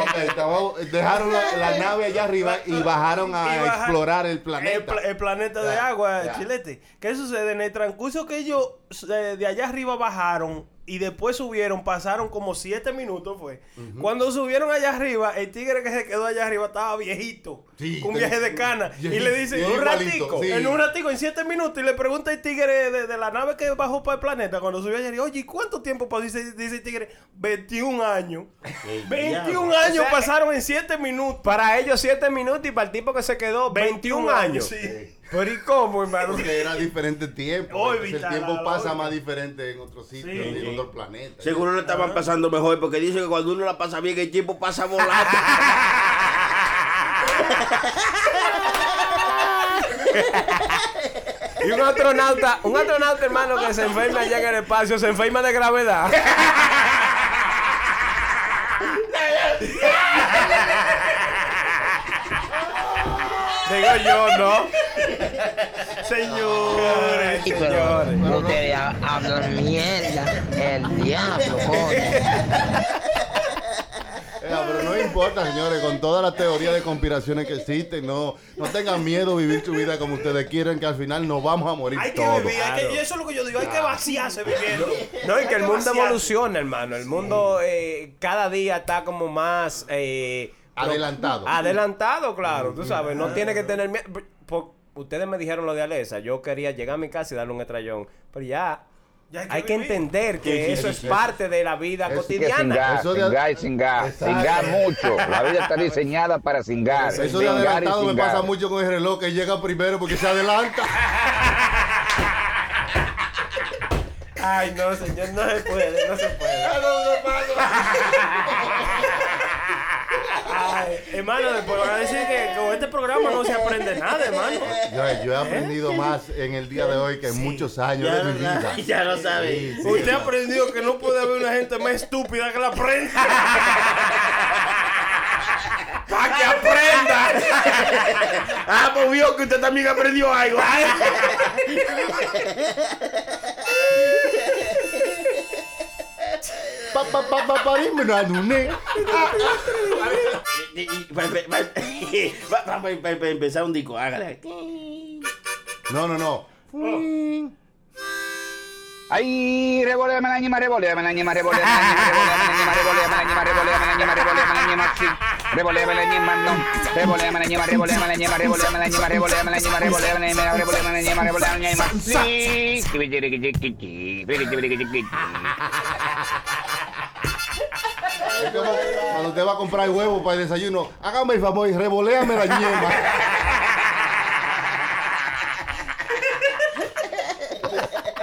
Speaker 6: Ok, estaba- dejaron la, la nave allá arriba y bajaron a
Speaker 9: Y baja-
Speaker 6: explorar el
Speaker 9: no. El,
Speaker 6: planeta.
Speaker 9: pla- el planeta de
Speaker 6: Ya,
Speaker 9: agua,
Speaker 6: ya.
Speaker 9: chilete. ¿Qué sucede? En el transcurso que ellos eh, de allá arriba bajaron y después subieron, pasaron como siete minutos, fue. Cuando subieron allá arriba, el tigre que se quedó allá arriba estaba viejito.
Speaker 6: Sí,
Speaker 9: con un
Speaker 6: ten-
Speaker 9: viaje de cana. Y,
Speaker 6: viejito,
Speaker 9: le dice, un
Speaker 6: igualito,
Speaker 9: ratico,
Speaker 6: sí.
Speaker 9: en un ratico, en siete minutos, y le pregunta el tigre de, de la nave que bajó para el planeta cuando subió allá arriba, oye, ¿y cuánto tiempo pasó? Dice, dice el tigre, 21 años. 21 años
Speaker 7: O sea,
Speaker 9: pasaron en siete minutos.
Speaker 7: Para ellos 7 minutos y para el tipo que se quedó 21 años.
Speaker 9: Sí.
Speaker 7: Pero ¿y cómo, hermano?
Speaker 6: Porque era diferente tiempo.
Speaker 9: Órbita,
Speaker 6: Entonces el tiempo
Speaker 9: la- la
Speaker 6: pasa
Speaker 9: órbita.
Speaker 6: más diferente en otros sitios,
Speaker 9: Sí.
Speaker 6: en otros planetas.
Speaker 8: Seguro lo estaban pasando mejor porque dice que cuando uno la pasa bien el tiempo pasa
Speaker 6: (laughs)
Speaker 8: volando. (laughs)
Speaker 7: Y un astronauta, un astronauta, hermano, que se enferma allá en el espacio, se enferma de gravedad. Digo yo, ¿no? Señores, señores.
Speaker 12: Ustedes ha- hablan mierda. El diablo, coño.
Speaker 6: Eh, pero no importa, señores, con todas las teorías de conspiraciones que existen, no, no tengan miedo de vivir su vida como ustedes quieran, que al final nos vamos a morir
Speaker 9: Hay que
Speaker 6: todos.
Speaker 9: vivir, hay que, y eso es lo que yo digo, hay que vaciarse viviendo.
Speaker 7: No, y que el
Speaker 9: Hay
Speaker 7: mundo
Speaker 9: vaciarse.
Speaker 7: evoluciona, hermano. El mundo eh, cada día está como más... eh, pro-
Speaker 6: Adelantado.
Speaker 7: Adelantado, claro. Tú sabes, no tiene que tener miedo. Por- por- Ustedes me dijeron lo de Alesa. Yo quería llegar a mi casa y darle un estrellón. Pero ya...
Speaker 9: Ya hay
Speaker 7: hay,
Speaker 9: que
Speaker 7: que
Speaker 9: vivir.
Speaker 7: entender que
Speaker 6: sí,
Speaker 7: eso
Speaker 6: sí,
Speaker 7: es
Speaker 6: sí.
Speaker 7: parte de la vida
Speaker 6: Es que
Speaker 10: Que
Speaker 7: cotidiana.
Speaker 10: singar,
Speaker 6: Eso de-
Speaker 10: singar y singar.
Speaker 6: Exacto.
Speaker 10: Singar mucho. La vida está diseñada para singar.
Speaker 6: Eso de
Speaker 10: singar y
Speaker 6: adelantado me
Speaker 10: singar.
Speaker 6: pasa mucho con el reloj que llega primero porque se adelanta.
Speaker 9: (laughs) Ay, no, señor, no se puede, Ah, no se puede. Ay, hermano, después van a decir que con este programa no se aprende nada, hermano.
Speaker 6: Yo, yo he
Speaker 9: ¿Eh?
Speaker 6: aprendido más en el día de hoy que en muchos años
Speaker 8: ya,
Speaker 6: de mi
Speaker 9: (laughs)
Speaker 8: lo
Speaker 6: vida.
Speaker 8: sabe, ya lo sabe.
Speaker 9: Usted ha aprendido que no puede haber una gente más estúpida que la prenda.
Speaker 8: ¡Para que aprenda! ah, pues vio que usted también aprendió algo.
Speaker 6: Pa, pa, pa, pa, pa, dime, no, no, no.
Speaker 8: Para empezar un disco, hágale.
Speaker 6: No, no, no.
Speaker 10: Ay, revoleame la ñima, revoleame la ñima, revoleame la ñima, revoleame la ñima, revoleame la ñima, revoleame la ñima, revoleame la ñima, sí. Revoleame la ñima, no. Revoleame la ñima, revoleame la ñima, revoleame la ñima, revoleame la ñima, revoleame la ñima, revoleame la ñima, revoleame la ñima, sí. Chiquitiriquichiquichi, chiquitiriquichiquichi.
Speaker 6: Es como cuando usted va a comprar huevo para el desayuno, hágame el favor y revoléame la yema.
Speaker 7: (laughs)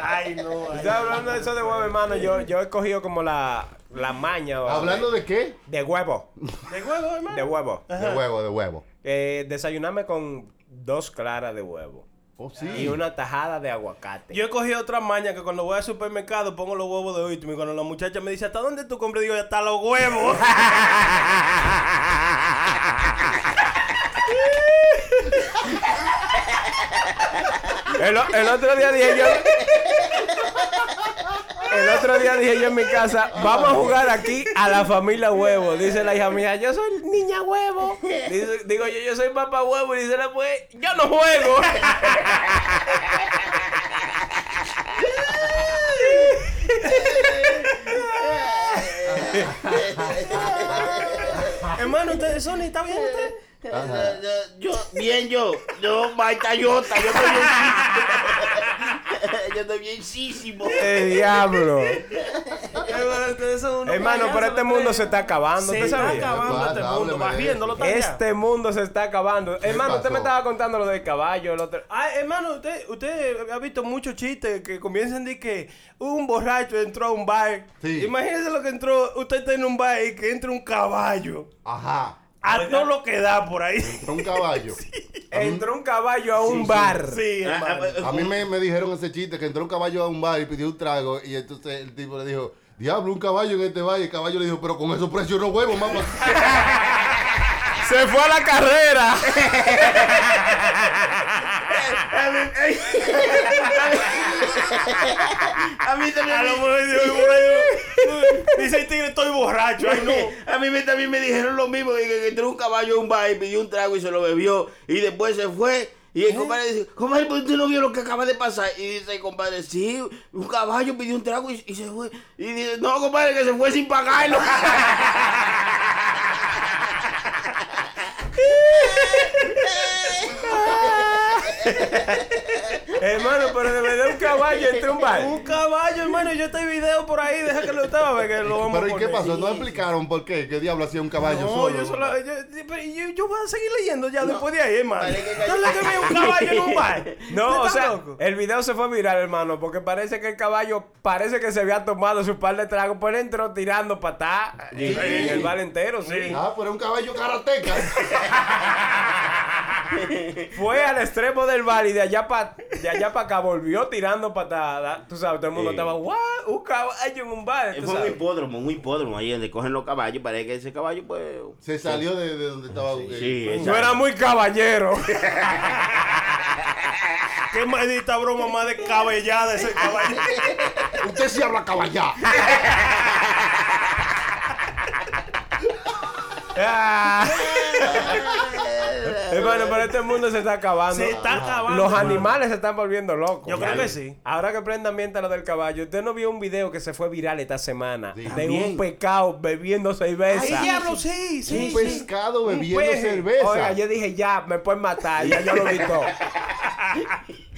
Speaker 9: Ay, no. ay.
Speaker 7: Estoy hablando de eso de huevo, hermano. Yo, yo he cogido como la, la maña. o-
Speaker 6: ¿Hablando de qué?
Speaker 7: de huevo.
Speaker 9: ¿De huevo, hermano?
Speaker 7: De huevo.
Speaker 6: De huevo, de huevo.
Speaker 7: Eh, desayunarme con dos claras de huevo.
Speaker 6: Oh, sí.
Speaker 7: Y una tajada de aguacate.
Speaker 9: Yo he cogido otra maña que cuando voy al supermercado pongo los huevos de oito y cuando la muchacha me dice, ¿hasta dónde tú compras? Digo, hasta los huevos.
Speaker 7: (laughs) El, o- el otro día dije yo. El otro día dije yo en mi casa, vamos a jugar aquí a la familia huevo. Dice la hija mía, yo soy niña huevo. Dice- digo yo, yo soy papá huevo. Y dice la pues, yo no juego.
Speaker 9: Hermano, ustedes son, ¿está bien usted?
Speaker 8: Eh, eh, Yo, bien yo, yo, Maita Yota, yo estoy bien Yo estoy bienísimo.
Speaker 7: El diablo.
Speaker 9: Hermano, ustedes son unos
Speaker 7: Hermano, pero
Speaker 9: payasos,
Speaker 7: este mundo se está acabando.
Speaker 9: Se
Speaker 7: ¿usted
Speaker 9: está
Speaker 7: sabía?
Speaker 9: acabando este mundo,
Speaker 6: Pues, Hábleme de
Speaker 9: barriéndolo
Speaker 6: eso.
Speaker 9: tan ya.
Speaker 7: Este mundo se está acabando. Hermano, usted
Speaker 6: pasó?
Speaker 7: me estaba contando lo del caballo, el otro.
Speaker 9: Ay, Ah, hermano, usted, usted ha visto muchos chistes que comienzan de que un borracho entró a un bar.
Speaker 6: Sí.
Speaker 9: Imagínese lo que entró, usted está en un bar y que entra un caballo.
Speaker 6: Ajá.
Speaker 9: A todo lo que da por ahí. (laughs)
Speaker 6: Pero un caballo.
Speaker 7: Entró un caballo a un bar.
Speaker 9: Sí, hermano.
Speaker 6: A mí me, me dijeron ese chiste que entró un caballo a un bar y pidió un trago y entonces el tipo le dijo, diablo, un caballo en este bar y el caballo le dijo, pero con esos precios no
Speaker 9: (laughs)
Speaker 6: huevo, mamá.
Speaker 7: Se fue a la carrera.
Speaker 8: A mí también.
Speaker 9: A lo
Speaker 8: me-
Speaker 9: mejor dice, "Bueno, dice el tigre, estoy borracho. Ay, no.
Speaker 8: A mí me- también me dijeron lo mismo, que, que entró un caballo a un bar y pidió un trago y se lo bebió y después se fue. Y el compadre dice, compadre, ¿por qué usted no vio lo que acaba de pasar? Y dice el compadre, sí, un caballo pidió un trago y, y se fue. Y dice, no, compadre, que se fue sin pagarlo.
Speaker 7: Hermano, pero de verdad un caballo entró a un bar.
Speaker 9: Un caballo, hermano. Yo este video por ahí, deja que lo estaba, que lo vamos
Speaker 6: Pero
Speaker 9: a
Speaker 6: ¿y qué
Speaker 9: poner.
Speaker 6: pasó? No explicaron por qué. ¿Qué diablo hacía un caballo
Speaker 9: No,
Speaker 6: solo?
Speaker 9: yo solo. Yo, pero yo- yo voy a seguir leyendo ya después de ahí, hermano.
Speaker 8: Vale, que
Speaker 9: No es lo que veo un caballo en un bar.
Speaker 7: No,
Speaker 9: ¿Usted
Speaker 7: o
Speaker 9: está
Speaker 7: sea,
Speaker 9: loco?
Speaker 7: el video se fue viral, hermano, porque parece que el caballo parece que se había tomado su par de tragos, pero entró tirando patá en, en el bar entero, sí.
Speaker 6: Ah, pero era un caballo
Speaker 9: (laughs)
Speaker 6: karateca.
Speaker 7: Fue al extremo del bar y de allá para de allá para acá volvió tirando patada. Tú sabes, todo el mundo
Speaker 8: Sí.
Speaker 7: estaba, "What? Un caballo en un bar." tú
Speaker 8: Fue un
Speaker 7: sabes.
Speaker 8: hipódromo, un hipódromo ahí donde cogen los caballos. Parece que ese caballo, pues.
Speaker 6: Se salió de, de donde estaba.
Speaker 8: Sí,
Speaker 6: eh,
Speaker 7: No era muy caballero.
Speaker 9: (laughs) Qué maldita broma más descabellada ese caballo.
Speaker 6: Usted sí habla caballá.
Speaker 7: Ah. (laughs) Hermano, pero este mundo se está acabando.
Speaker 9: Se está acabando,
Speaker 7: Los
Speaker 9: hermano.
Speaker 7: animales se están volviendo locos.
Speaker 9: Yo creo que sí.
Speaker 7: Ahora que prendan bien lo del caballo, usted no vio un video que se fue viral esta semana de
Speaker 8: También.
Speaker 7: un pecado bebiendo cerveza.
Speaker 9: sí,
Speaker 6: un pescado
Speaker 7: Un
Speaker 6: bebiendo
Speaker 7: peje.
Speaker 6: cerveza.
Speaker 7: Oiga, yo dije, ya, me pueden matar, ya yo lo vi
Speaker 9: (laughs)
Speaker 7: todo.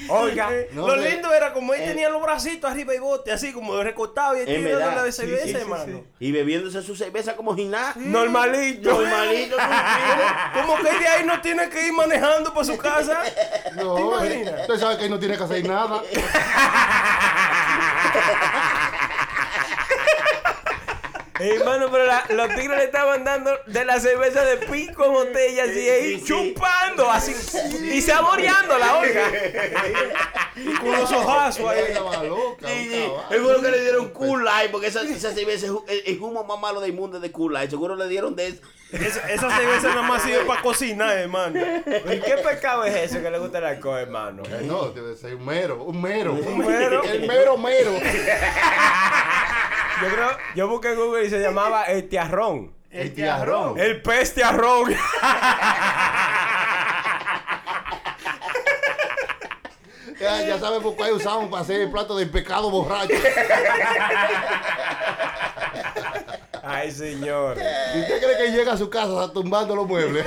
Speaker 7: Oiga,
Speaker 6: No,
Speaker 9: Eh, lo
Speaker 6: me-
Speaker 9: lindo era como él tenía los bracitos arriba y bote, así como recortado y el
Speaker 8: eh, En
Speaker 9: tío dándole
Speaker 8: verdad,
Speaker 9: de
Speaker 8: sí,
Speaker 9: cerveza,
Speaker 8: sí, sí,
Speaker 9: hermano.
Speaker 8: Y bebiéndose su cerveza como gimnasio.
Speaker 7: normalito.
Speaker 8: Normalito, tranquilo.
Speaker 9: (laughs) Como que él de ahí no tiene que ir manejando para su casa.
Speaker 6: No, usted sabe que ahí no tiene que hacer nada.
Speaker 7: Hermano, Eh, pero la- los tigres le estaban dando de la cerveza de pico en botella, así ahí,
Speaker 8: sí, sí.
Speaker 7: chupando, así, y saboreándola, oiga.
Speaker 9: Y con los ojazos ahí.
Speaker 6: Estaba loca, un
Speaker 8: Sí, sí.
Speaker 6: caballo.
Speaker 8: Seguro que le dieron Cool Light, porque esa, esa cerveza es el, el humo más malo del mundo es de Cool Light. Seguro le dieron de eso.
Speaker 9: Esa, esa cerveza nada más sirve para cocinar, hermano.
Speaker 7: ¿Y qué pecado es ese que le gusta el alcohol, hermano?
Speaker 6: Eh, No, debe ser un mero, un mero. Un
Speaker 7: mero.
Speaker 6: El mero mero.
Speaker 7: Yo creo, yo busqué en Google y se llamaba el tiarrón.
Speaker 6: El tiarrón.
Speaker 7: El pez tiarrón.
Speaker 6: Ya, ya sabes por qué usamos para hacer el plato de pecado borracho.
Speaker 7: Ay, señor.
Speaker 6: ¿Y usted cree que llega a su casa tumbando los muebles?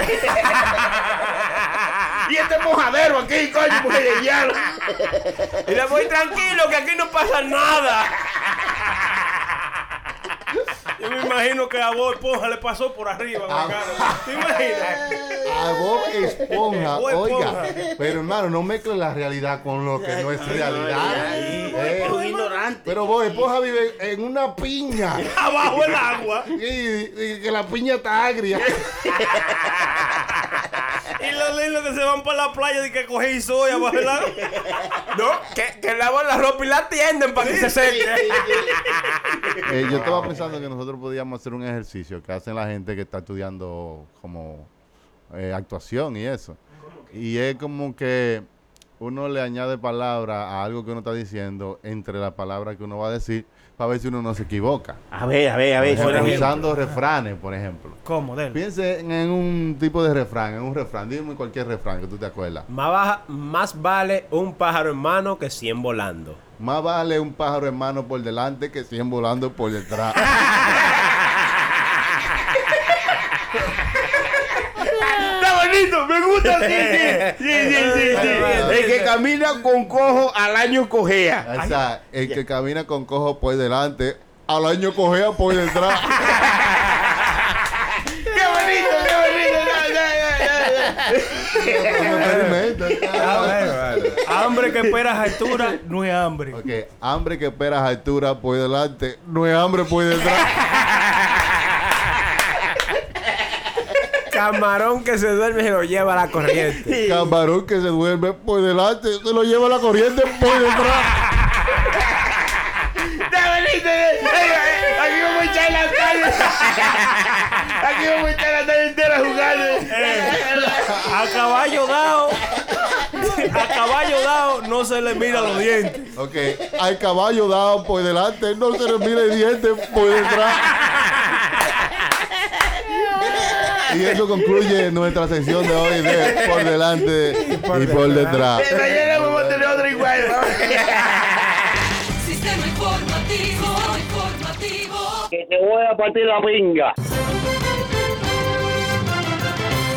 Speaker 8: Y este mojadero aquí, coño, porque de hielo.
Speaker 7: Y le voy tranquilo que aquí no pasa nada.
Speaker 9: Yo me imagino que a vos, Ponja le pasó por arriba. bacano. ¿Te imaginas?
Speaker 6: A Bob Esponja,
Speaker 9: Bob Esponja.
Speaker 6: oiga. Pero hermano, no mezclen la realidad con lo que no es realidad. Eh,
Speaker 8: Es un ignorante.
Speaker 6: pero Bob Esponja vive en una piña.
Speaker 9: Abajo el agua.
Speaker 6: Y, y que la piña está agria.
Speaker 13: Y los lindos que se van para la playa y que cogen soya para el lado.
Speaker 9: No, que, que lavan la ropa y la tienden para que se seque.
Speaker 6: Eh, yo estaba pensando que nosotros podíamos hacer un ejercicio que hacen la gente que está estudiando como eh, actuación y eso. Y es como que uno le añade palabra a algo que uno está diciendo entre la palabra que uno va a decir para ver si uno no se equivoca.
Speaker 8: A ver, a ver,
Speaker 6: (laughs)
Speaker 8: a ver,
Speaker 6: Por ejemplo,
Speaker 8: suena
Speaker 6: usando refranes, por ejemplo.
Speaker 14: ¿Cómo? Del.
Speaker 6: Piensen en un tipo de refrán, en un refrán. Dime cualquier refrán que tú te acuerdas.
Speaker 9: Más, baja- más vale un pájaro en mano que 100 volando.
Speaker 6: Más vale un pájaro en mano por delante que 100 volando por
Speaker 10: (laughs)
Speaker 6: detrás.
Speaker 10: Está bonito, me gusta, sí,
Speaker 9: Eh,
Speaker 10: sí, sí, sí, sí, sí. El que camina con cojo al año cojea.
Speaker 6: O sea, el que camina con cojo por delante, al año cojea por
Speaker 10: (laughs)
Speaker 6: detrás.
Speaker 10: ¡Qué bonito, qué bonito! ya, ya, ya, ya.
Speaker 9: eh,
Speaker 13: Hambre que esperas a altura no es hambre.
Speaker 6: Ah, Ok, hambre que esperas a altura por delante, no es hambre por
Speaker 10: (laughs)
Speaker 6: detrás.
Speaker 9: Camarón que se duerme se lo lleva a
Speaker 14: (laughs)
Speaker 9: la corriente.
Speaker 6: Camarón que se duerme por delante, se lo lleva la corriente por detrás.
Speaker 10: ¡Está bonito! eh. Eh, Aquí vamos a echar la tarde. Aquí vamos a echar la tarde entera
Speaker 14: Eh,
Speaker 10: jugando.
Speaker 13: A caballo dado, a caballo dado no se le mira los dientes.
Speaker 6: Ok, al caballo dado por delante, no se le mira el diente por detrás. Y eso concluye nuestra sección de hoy de por delante y por detrás.
Speaker 10: Eh, Mañana vamos a tener otro igual.
Speaker 11: Sistema informativo, informativo.
Speaker 12: Que te voy a partir la pinga.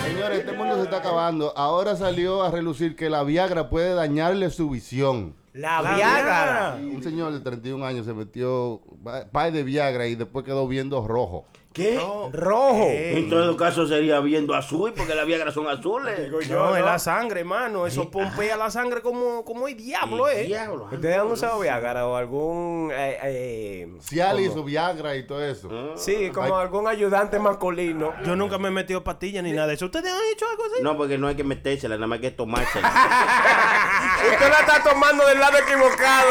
Speaker 6: Señores, este mundo se está acabando. Ahora salió a relucir que la Viagra puede dañarle su visión.
Speaker 9: La
Speaker 14: Viagra.
Speaker 9: viagra.
Speaker 6: Un señor de 31 años se metió pa- pay de Viagra y después quedó viendo rojo.
Speaker 8: ¿Qué?
Speaker 9: Rojo.
Speaker 14: Eh,
Speaker 8: En todo caso sería viendo azul, porque las Viagra son azules. eh.
Speaker 14: No, es la sangre, hermano. Eso pompea la sangre como, como el diablo,
Speaker 8: ¿Qué
Speaker 14: eh.
Speaker 8: diablo?
Speaker 9: ¿Ustedes han usado Viagra o algún. eh, eh,
Speaker 6: Cialis o Viagra y todo eso.
Speaker 9: sí, como
Speaker 6: Ay.
Speaker 9: algún ayudante masculino?
Speaker 14: Ah, Yo nunca me he metido pastillas ni nada de eso. ¿Ustedes han hecho algo así?
Speaker 8: No, porque no hay que metérsela, nada más que tomársela.
Speaker 9: Usted la está tomando del lado equivocado.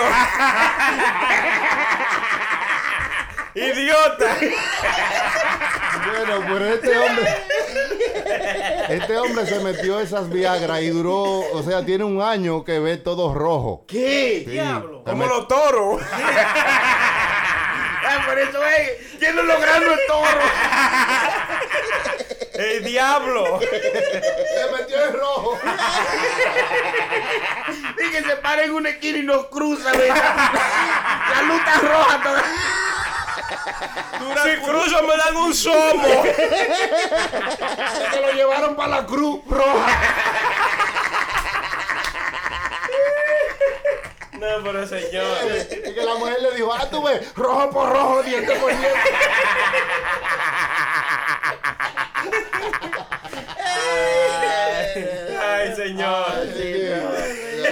Speaker 9: Idiota.
Speaker 6: Bueno, pero este hombre. Este hombre se metió esas Viagra y duró, o sea, tiene un año que ve todo rojo.
Speaker 8: ¿Qué?
Speaker 6: Sí,
Speaker 14: Diablo.
Speaker 6: se
Speaker 9: Como
Speaker 6: met-
Speaker 9: los toros.
Speaker 10: Ah, por eso es. ¿Quién lo logrando el toro?
Speaker 9: El diablo.
Speaker 6: Se metió en rojo.
Speaker 10: Y que se para en una esquina y nos cruza, ¿verdad? La luz está roja toda.
Speaker 9: Si cruzo me dan un somo.
Speaker 10: Se lo llevaron para la cruz roja.
Speaker 14: No, pero señor.
Speaker 6: Y que la mujer le dijo, ah, tú ves,
Speaker 10: Rojo por rojo, diente
Speaker 7: (laughs)
Speaker 10: por diente.
Speaker 9: Ay, señor.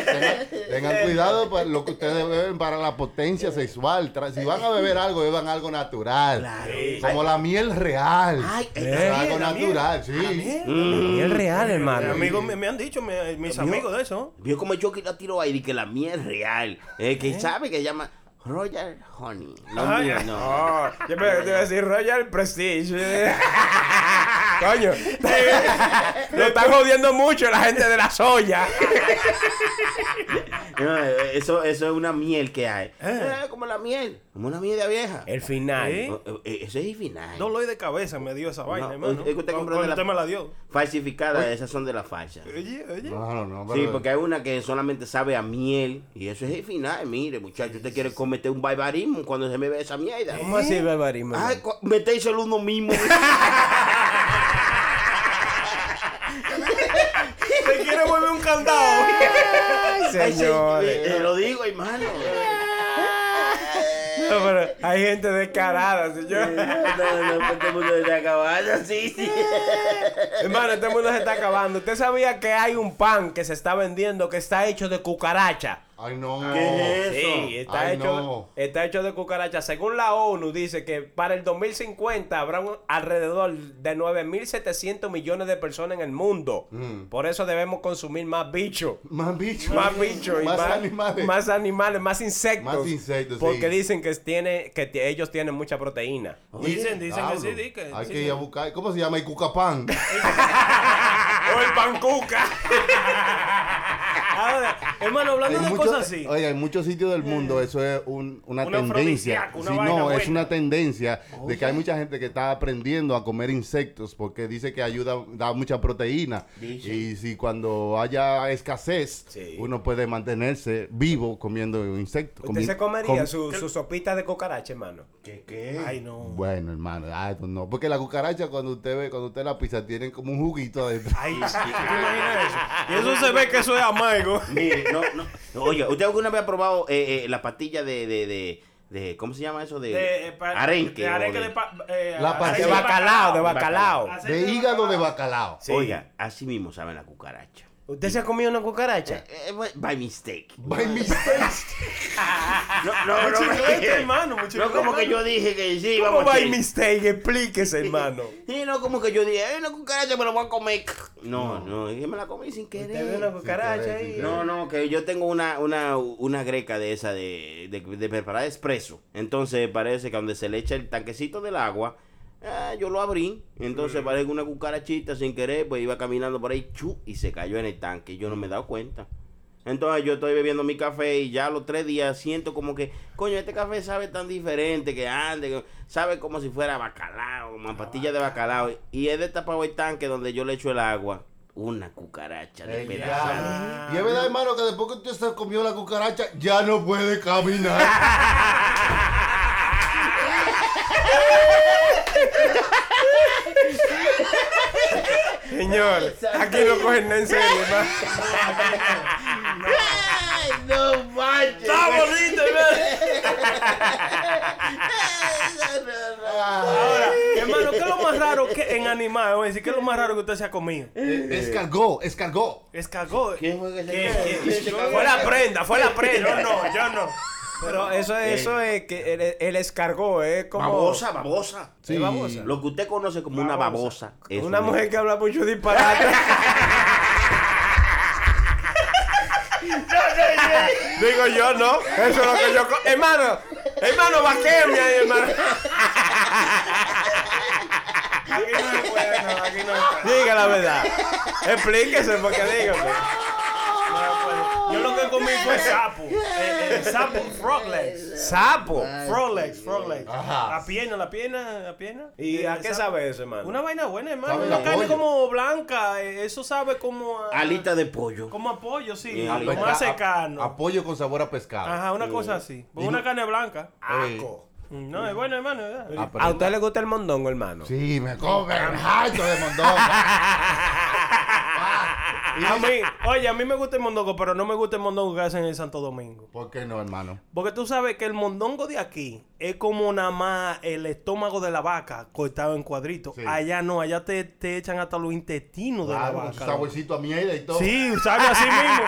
Speaker 6: Tengan, tengan cuidado para lo que ustedes beben para la potencia sexual. Tra- Si van a beber algo, beban algo natural. Como la miel real.
Speaker 7: Ah,
Speaker 6: algo natural, sí.
Speaker 9: Y el real,
Speaker 14: Mi
Speaker 9: hermano.
Speaker 14: amigo me, me han dicho, me- mis amigos de eso.
Speaker 8: Vio como yo que la tiro ahí y que la mía es real. Eh, que sabe que llama Royal Honey. No,
Speaker 14: Ay,
Speaker 8: mío,
Speaker 14: ay.
Speaker 8: no.
Speaker 9: Oh, yo me te iba a decir Royal Prestige. (laughs) Coño, (laughs) lo están jodiendo mucho la gente de la soya.
Speaker 8: No, eh, Eso, eso es una miel que hay. Eh, como la miel. Como una miel de vieja.
Speaker 9: El final.
Speaker 8: Eh, eh, Eso es el final.
Speaker 14: Dolor de cabeza me dio esa vaina, hermano.
Speaker 8: es que usted
Speaker 14: Cuando
Speaker 8: compró de la-
Speaker 14: usted me la dio.
Speaker 8: Falsificada, esas son de la falsa.
Speaker 9: Eh,
Speaker 14: Oye, oye.
Speaker 6: No, no, no.
Speaker 8: Sí,
Speaker 6: pero-
Speaker 8: porque hay una que solamente sabe a miel. Y eso es el final. Mire, muchacho, usted quiere cometer un barbarismo cuando se me ve esa mierda.
Speaker 9: ¿Cómo así, barbarismo?
Speaker 8: Ay, co- metéiselo uno mismo.
Speaker 9: te quiere volver un candado. (laughs) (laughs) Ay,
Speaker 8: Ay, señor, eh,
Speaker 9: señores. Eh,
Speaker 8: Te lo digo, hermano.
Speaker 9: No, pero hay gente descarada, señor.
Speaker 8: No, no, porque el mundo se está acabando. Sí, sí.
Speaker 9: Hermano, este mundo se está acabando. ¿Usted sabía que hay un pan que se está vendiendo que está hecho de cucaracha?
Speaker 6: Ay, no.
Speaker 7: ¿Qué es eso? Sí, está,
Speaker 6: Ay,
Speaker 7: hecho,
Speaker 6: no.
Speaker 7: está hecho de cucarachas. Según la ONU, dice que para el 2050 habrá un- alrededor de 9.700 millones de personas en el mundo.
Speaker 6: Mm.
Speaker 7: Por eso debemos consumir más bicho.
Speaker 6: Más bicho. (laughs)
Speaker 7: Más bicho. y
Speaker 6: Más animales.
Speaker 7: Más animales, más insectos.
Speaker 6: Más insectos, sí.
Speaker 7: Porque dicen que, tiene, que t- ellos tienen mucha proteína.
Speaker 6: Oye,
Speaker 9: Dicen- dicen que sí,
Speaker 6: diablo.
Speaker 9: di que
Speaker 6: Hay
Speaker 9: sí,
Speaker 6: que
Speaker 9: sí.
Speaker 6: ir a buscar. ¿Cómo se llama?
Speaker 9: (laughs)
Speaker 6: El cucapán.
Speaker 7: ¡O el pancuca!
Speaker 9: Ahora, hermano, hablando
Speaker 6: Hay
Speaker 9: de
Speaker 6: muchos-
Speaker 9: cosas así.
Speaker 6: Oye, en muchos sitios del mundo eso es un- una
Speaker 9: Un
Speaker 6: tendencia.
Speaker 9: afrodisíaco, una
Speaker 6: Si
Speaker 9: vaina
Speaker 6: no, es
Speaker 9: buena.
Speaker 6: una tendencia de que hay mucha gente que está aprendiendo a comer insectos porque dice que ayuda, da mucha proteína.
Speaker 8: Dice.
Speaker 6: Y si cuando haya escasez, uno puede mantenerse vivo comiendo insectos.
Speaker 7: ¿Usted
Speaker 6: Comi-
Speaker 7: se comería
Speaker 6: com-
Speaker 7: su, su sopita de cucaracha, hermano?
Speaker 9: ¿Qué, qué? Ay, no.
Speaker 6: Bueno, hermano, I don't know. Porque la cucaracha cuando usted ve, cuando usted la pisa, tienen como un juguito adentro.
Speaker 9: Ay, sí, ¿tú te imaginas eso? Y eso se ve que eso es amargo.
Speaker 8: Mire, no, no. Oye, ¿usted alguna vez ha probado eh, eh, la pastilla de, de, de, de- ¿Cómo se llama eso? De,
Speaker 9: De, eh, pa-
Speaker 8: arenque.
Speaker 9: de
Speaker 8: o
Speaker 9: arenque
Speaker 8: de-
Speaker 9: de pa- eh,
Speaker 6: La
Speaker 9: aceite
Speaker 6: pastilla
Speaker 7: De bacalao, de bacalao.
Speaker 6: de
Speaker 9: Aceite
Speaker 6: hígado de bacalao.
Speaker 7: Sí.
Speaker 8: Oiga, así mismo saben la cucaracha.
Speaker 7: ¿Usted se ha comido una cucaracha?
Speaker 8: Eh, by- by mistake.
Speaker 6: By (laughs) mistake.
Speaker 8: No, no, no,
Speaker 9: Chiclete, hermano,
Speaker 8: no, como que yo dije que sí,
Speaker 7: ¿Cómo
Speaker 8: vamos
Speaker 7: va
Speaker 8: a
Speaker 7: el mistake? Explíquese,
Speaker 9: (laughs)
Speaker 7: hermano.
Speaker 8: Sí, no, como que yo dije, ay, una cucaracha me la voy a comer. No, no, es que me la comí sin
Speaker 7: Usted ve una
Speaker 8: querer.
Speaker 7: cucaracha
Speaker 6: sí,
Speaker 7: ahí.
Speaker 6: sí.
Speaker 8: No, no, que yo tengo una, una, una greca de esa de, de, de preparar expreso. Entonces parece que donde se le echa el tanquecito del agua, ah, yo lo abrí. Entonces parece que una cucarachita sin querer, pues iba caminando por ahí, chu, y se cayó en el tanque. Y yo no me he dado cuenta. Entonces yo estoy bebiendo mi café y ya a los tres días siento como que, coño, este café sabe tan diferente que ande, que- sabe como si fuera bacalao, como a pastilla de bacalao. Y he destapado el tanque donde yo le echo el agua. Una cucaracha de
Speaker 6: El
Speaker 8: pedazo.
Speaker 6: diablo. Y es verdad, hermano, que después que usted se comió la cucaracha, ya no puede caminar.
Speaker 9: (laughs)
Speaker 7: Señor, aquí lo cogen en serio, hermano.
Speaker 8: ¡Ay, no manches!
Speaker 9: Está bonito, hermano. Ahora, hermano, ¿qué es lo más raro que en animal? Vamos a decir, ¿qué es lo más raro que usted se ha comido?
Speaker 6: Eh, escargó, escargó.
Speaker 9: Es Eh, cagó.
Speaker 8: ¿Qué fue que se
Speaker 9: ¿Qué?
Speaker 8: comió?
Speaker 9: ¿Qué? Fue la prenda, fue la prenda. Yo no, yo no.
Speaker 7: Pero eso es, eso es que el, el escargó, es como.
Speaker 8: Eh. Babosa, babosa.
Speaker 6: Sí.
Speaker 7: babosa.
Speaker 8: Lo que usted conoce como una babosa. es
Speaker 7: Una mujer que habla mucho disparate. Digo yo, no. Eso es lo que yo. co- Hermano, hermano, vaqueme ahí, hermano.
Speaker 9: Aquí no se puede, no, aquí no se puede.
Speaker 7: Diga la verdad. Explíquese, porque dígame.
Speaker 9: Yo lo que comí fue sapo. El, el sapo, frog legs.
Speaker 7: Sapo.
Speaker 9: Frog legs, frog legs.
Speaker 6: Ajá.
Speaker 9: La pierna, la pierna, la pierna.
Speaker 7: ¿Y
Speaker 9: Eh,
Speaker 7: a qué
Speaker 9: sapo.
Speaker 7: sabe eso, hermano?
Speaker 9: Una vaina buena, hermano.
Speaker 6: Sabe
Speaker 9: Una
Speaker 6: a
Speaker 9: carne
Speaker 6: pollo.
Speaker 9: como blanca. eh, Eso sabe como a.
Speaker 8: Alita de pollo.
Speaker 9: Como a pollo, sí.
Speaker 8: Eh,
Speaker 9: Como
Speaker 8: pesca-
Speaker 9: a secano.
Speaker 6: Apoyo con sabor a pescado.
Speaker 9: Ajá, una cosa así.
Speaker 6: Y
Speaker 9: Una
Speaker 6: no-
Speaker 9: carne blanca.
Speaker 6: Eh,
Speaker 9: Mm, No, es bueno, hermano. ¿verdad?
Speaker 6: ah, pero-
Speaker 7: ¿A usted le gusta el mondongo, hermano?
Speaker 6: Sí, me come el jato
Speaker 9: (laughs)
Speaker 6: de mondongo.
Speaker 9: A mí, oye, a mí me gusta el mondongo, pero no me gusta el mondongo que hacen en Santo Domingo.
Speaker 6: ¿Por qué no, hermano?
Speaker 9: Porque tú sabes que el mondongo de aquí es como nada más el estómago de la vaca cortado en cuadritos.
Speaker 6: Sí.
Speaker 9: Allá no, allá te, te echan hasta los intestinos
Speaker 6: Claro,
Speaker 9: de la
Speaker 6: con su
Speaker 9: vaca.
Speaker 6: saborcito a mierda y todo.
Speaker 9: Sí, sabe así mismo.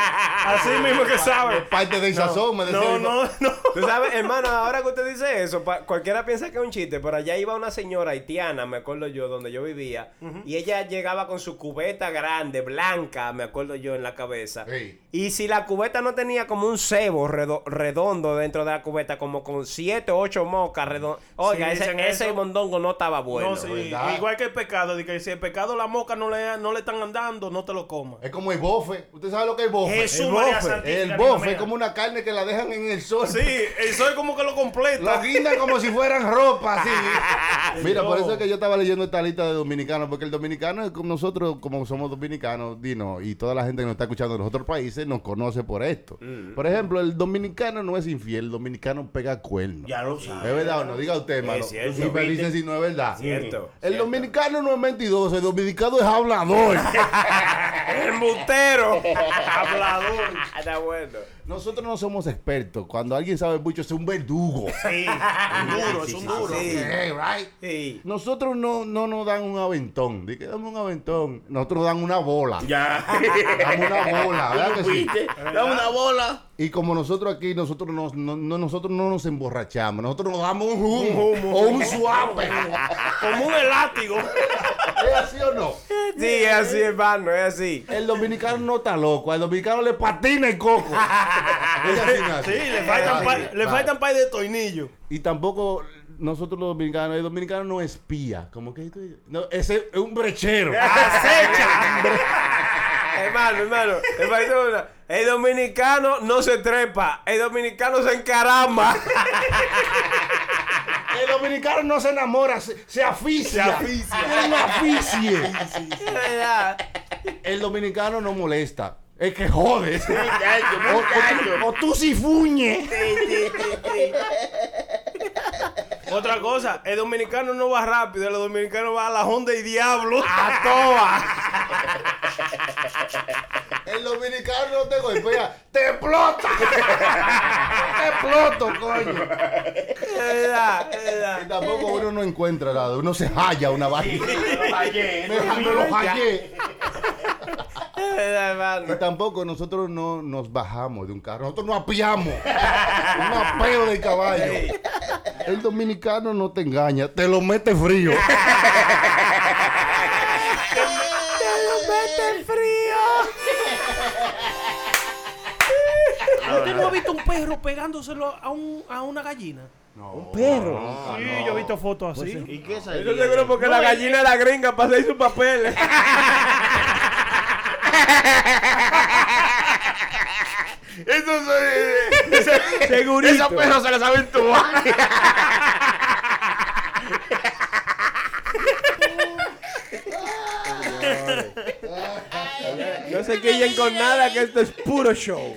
Speaker 9: Así mismo que
Speaker 6: Es
Speaker 9: sabe.
Speaker 6: Parte del sazón, me decía.
Speaker 9: No,
Speaker 6: mi
Speaker 9: no,
Speaker 6: papá.
Speaker 9: no.
Speaker 7: Tú sabes, hermano, ahora que usted dice eso, pa- cualquiera piensa que es un chiste, pero allá iba una señora haitiana, me acuerdo yo, donde yo vivía, y ella llegaba con su cubeta grande, blanca, me acuerdo yo, en la cabeza.
Speaker 6: Sí.
Speaker 7: Y si la cubeta no tenía como un cebo redo- redondo dentro de la cubeta, como con siete o ocho mocas redondas, oiga,
Speaker 9: Sí, dicen
Speaker 7: ese, ese
Speaker 9: eso.
Speaker 7: mondongo no estaba bueno.
Speaker 9: no, sí,
Speaker 6: ¿verdad?
Speaker 9: igual que el pecado, de que si el pecado la moca no le, no le están andando, no te lo
Speaker 6: (laughs)
Speaker 9: comas.
Speaker 6: Es como el bofe. ¿Usted sabe lo que es el bofe?
Speaker 9: Jesús
Speaker 6: el
Speaker 9: María
Speaker 6: bofe,
Speaker 9: Santísima,
Speaker 6: el
Speaker 9: Dios
Speaker 6: bofe
Speaker 9: mío.
Speaker 6: es como una carne que la dejan en el sol.
Speaker 9: Sí, eso es como que lo
Speaker 6: Lo
Speaker 9: completa.
Speaker 6: guindan como si fueran ropa, así. (laughs) Mira, por
Speaker 9: No.
Speaker 6: eso es que yo estaba leyendo esta lista de dominicanos, porque el dominicano es como nosotros, como somos dominicanos, Dino, y toda la gente que nos está escuchando de los otros países nos conoce por esto. Por ejemplo, el dominicano no es infiel, el dominicano pega cuernos.
Speaker 8: Ya lo sabes.
Speaker 6: ¿Es verdad o no? Diga usted, hermano.
Speaker 7: Es cierto.
Speaker 6: Y me dicen si no es verdad. (laughs)
Speaker 7: Cierto,
Speaker 6: El dominicano no es mentiroso, el dominicano es hablador.
Speaker 9: ¡Embutero! ¡Hablador! Está bueno.
Speaker 6: (laughs) Nosotros no somos expertos. Cuando alguien sabe mucho, es un verdugo.
Speaker 9: Sí,
Speaker 6: Sí,
Speaker 9: duro,
Speaker 6: sí,
Speaker 9: es un
Speaker 6: sí,
Speaker 9: duro.
Speaker 6: sí, sí. Eh, right? Nosotros no, no nos dan un aventón. Dí que dame un aventón. Nosotros nos dan una bola.
Speaker 8: Ya.
Speaker 6: Dame una bola, ¿verdad que sí?
Speaker 8: ¿Viste? Dame una bola.
Speaker 6: Y como nosotros aquí, nosotros, nos- no, no- nosotros no nos emborrachamos. Nosotros nos damos un humo o un suave.
Speaker 15: Como un elástigo.
Speaker 6: ¿Es así o no?
Speaker 9: (laughs) Sí, es así, hermano, es así.
Speaker 6: El dominicano no está loco. Al dominicano le patina el
Speaker 8: (laughs)
Speaker 6: coco. Es así, Nacho.
Speaker 15: Sí, le faltan, pa-
Speaker 6: Sí, vale.
Speaker 15: le faltan par de toinillos.
Speaker 6: Y tampoco nosotros los dominicanos, el dominicano no espía. Como que tú- no, ese es un brechero.
Speaker 8: Ah,
Speaker 9: hermano, hermano, hermano, una. El dominicano no se trepa, el dominicano se encarama.
Speaker 6: El dominicano no se enamora, se, se aficia.
Speaker 9: Se aficia.
Speaker 6: Es una aficie. El dominicano no molesta. Es que jode. O, o tú- o tú si fuñes.
Speaker 15: (laughs) Otra cosa, el dominicano no va rápido, el dominicano va a la Honda y Diablo.
Speaker 9: A toa.
Speaker 6: El dominicano no te golpea. ¡Te explota! (laughs) ¡Te exploto, coño!
Speaker 9: Es verdad, es verdad.
Speaker 6: Y tampoco uno no encuentra nada. Uno se halla una vaina. Me me lo hallé.
Speaker 9: Es verdad,
Speaker 6: Y
Speaker 9: hermano.
Speaker 6: tampoco nosotros no nos bajamos de un carro. Nosotros no (laughs) apiamos. un apeo de caballo. El dominicano no te engaña. Te lo mete (laughs) frío.
Speaker 9: ¡Mete frío!
Speaker 15: ¿Usted no ha visto un perro pegándoselo a, un, a una gallina?
Speaker 6: No.
Speaker 16: Perro.
Speaker 15: Sí, yo he visto fotos así.
Speaker 8: ¿Y qué es
Speaker 9: Yo seguro porque la gallina era gringa para hacer su papel.
Speaker 8: Eso es.
Speaker 9: Segurito.
Speaker 8: Esos perros se la saben tú.
Speaker 9: No se quillen con nada, que esto es puro show.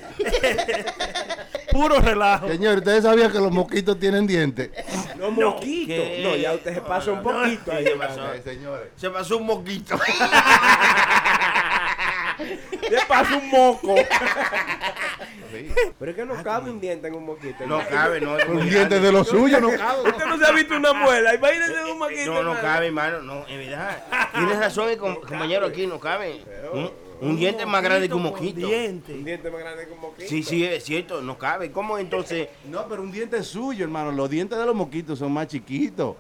Speaker 15: Puro relajo.
Speaker 6: Señor, ¿ustedes sabían que los mosquitos tienen dientes?
Speaker 9: No, moquito.
Speaker 8: ¿qué?
Speaker 9: No, ya usted se pasa un poquito ahí, hermano.
Speaker 6: señores.
Speaker 8: Se pasó un moquito.
Speaker 9: Le pasa un moco. Pero es que no cabe un diente en un moquito.
Speaker 8: Ah, No cabe, no. es muy
Speaker 6: Los dientes de los suyos no caben.
Speaker 9: Usted no se ha visto una muela. Imagínese un
Speaker 8: grande.
Speaker 9: moquito.
Speaker 8: Eh, No, no
Speaker 9: hermano.
Speaker 8: cabe, hermano. No, es verdad. Tienes razón, el com- compañero, aquí no cabe. Un, un diente más grande que un moquito.
Speaker 9: Un diente más grande que un moquito.
Speaker 8: Sí, sí, es cierto, no cabe. ¿Cómo entonces?
Speaker 6: No, pero un diente es suyo, hermano. Los dientes de los mosquitos son más chiquitos.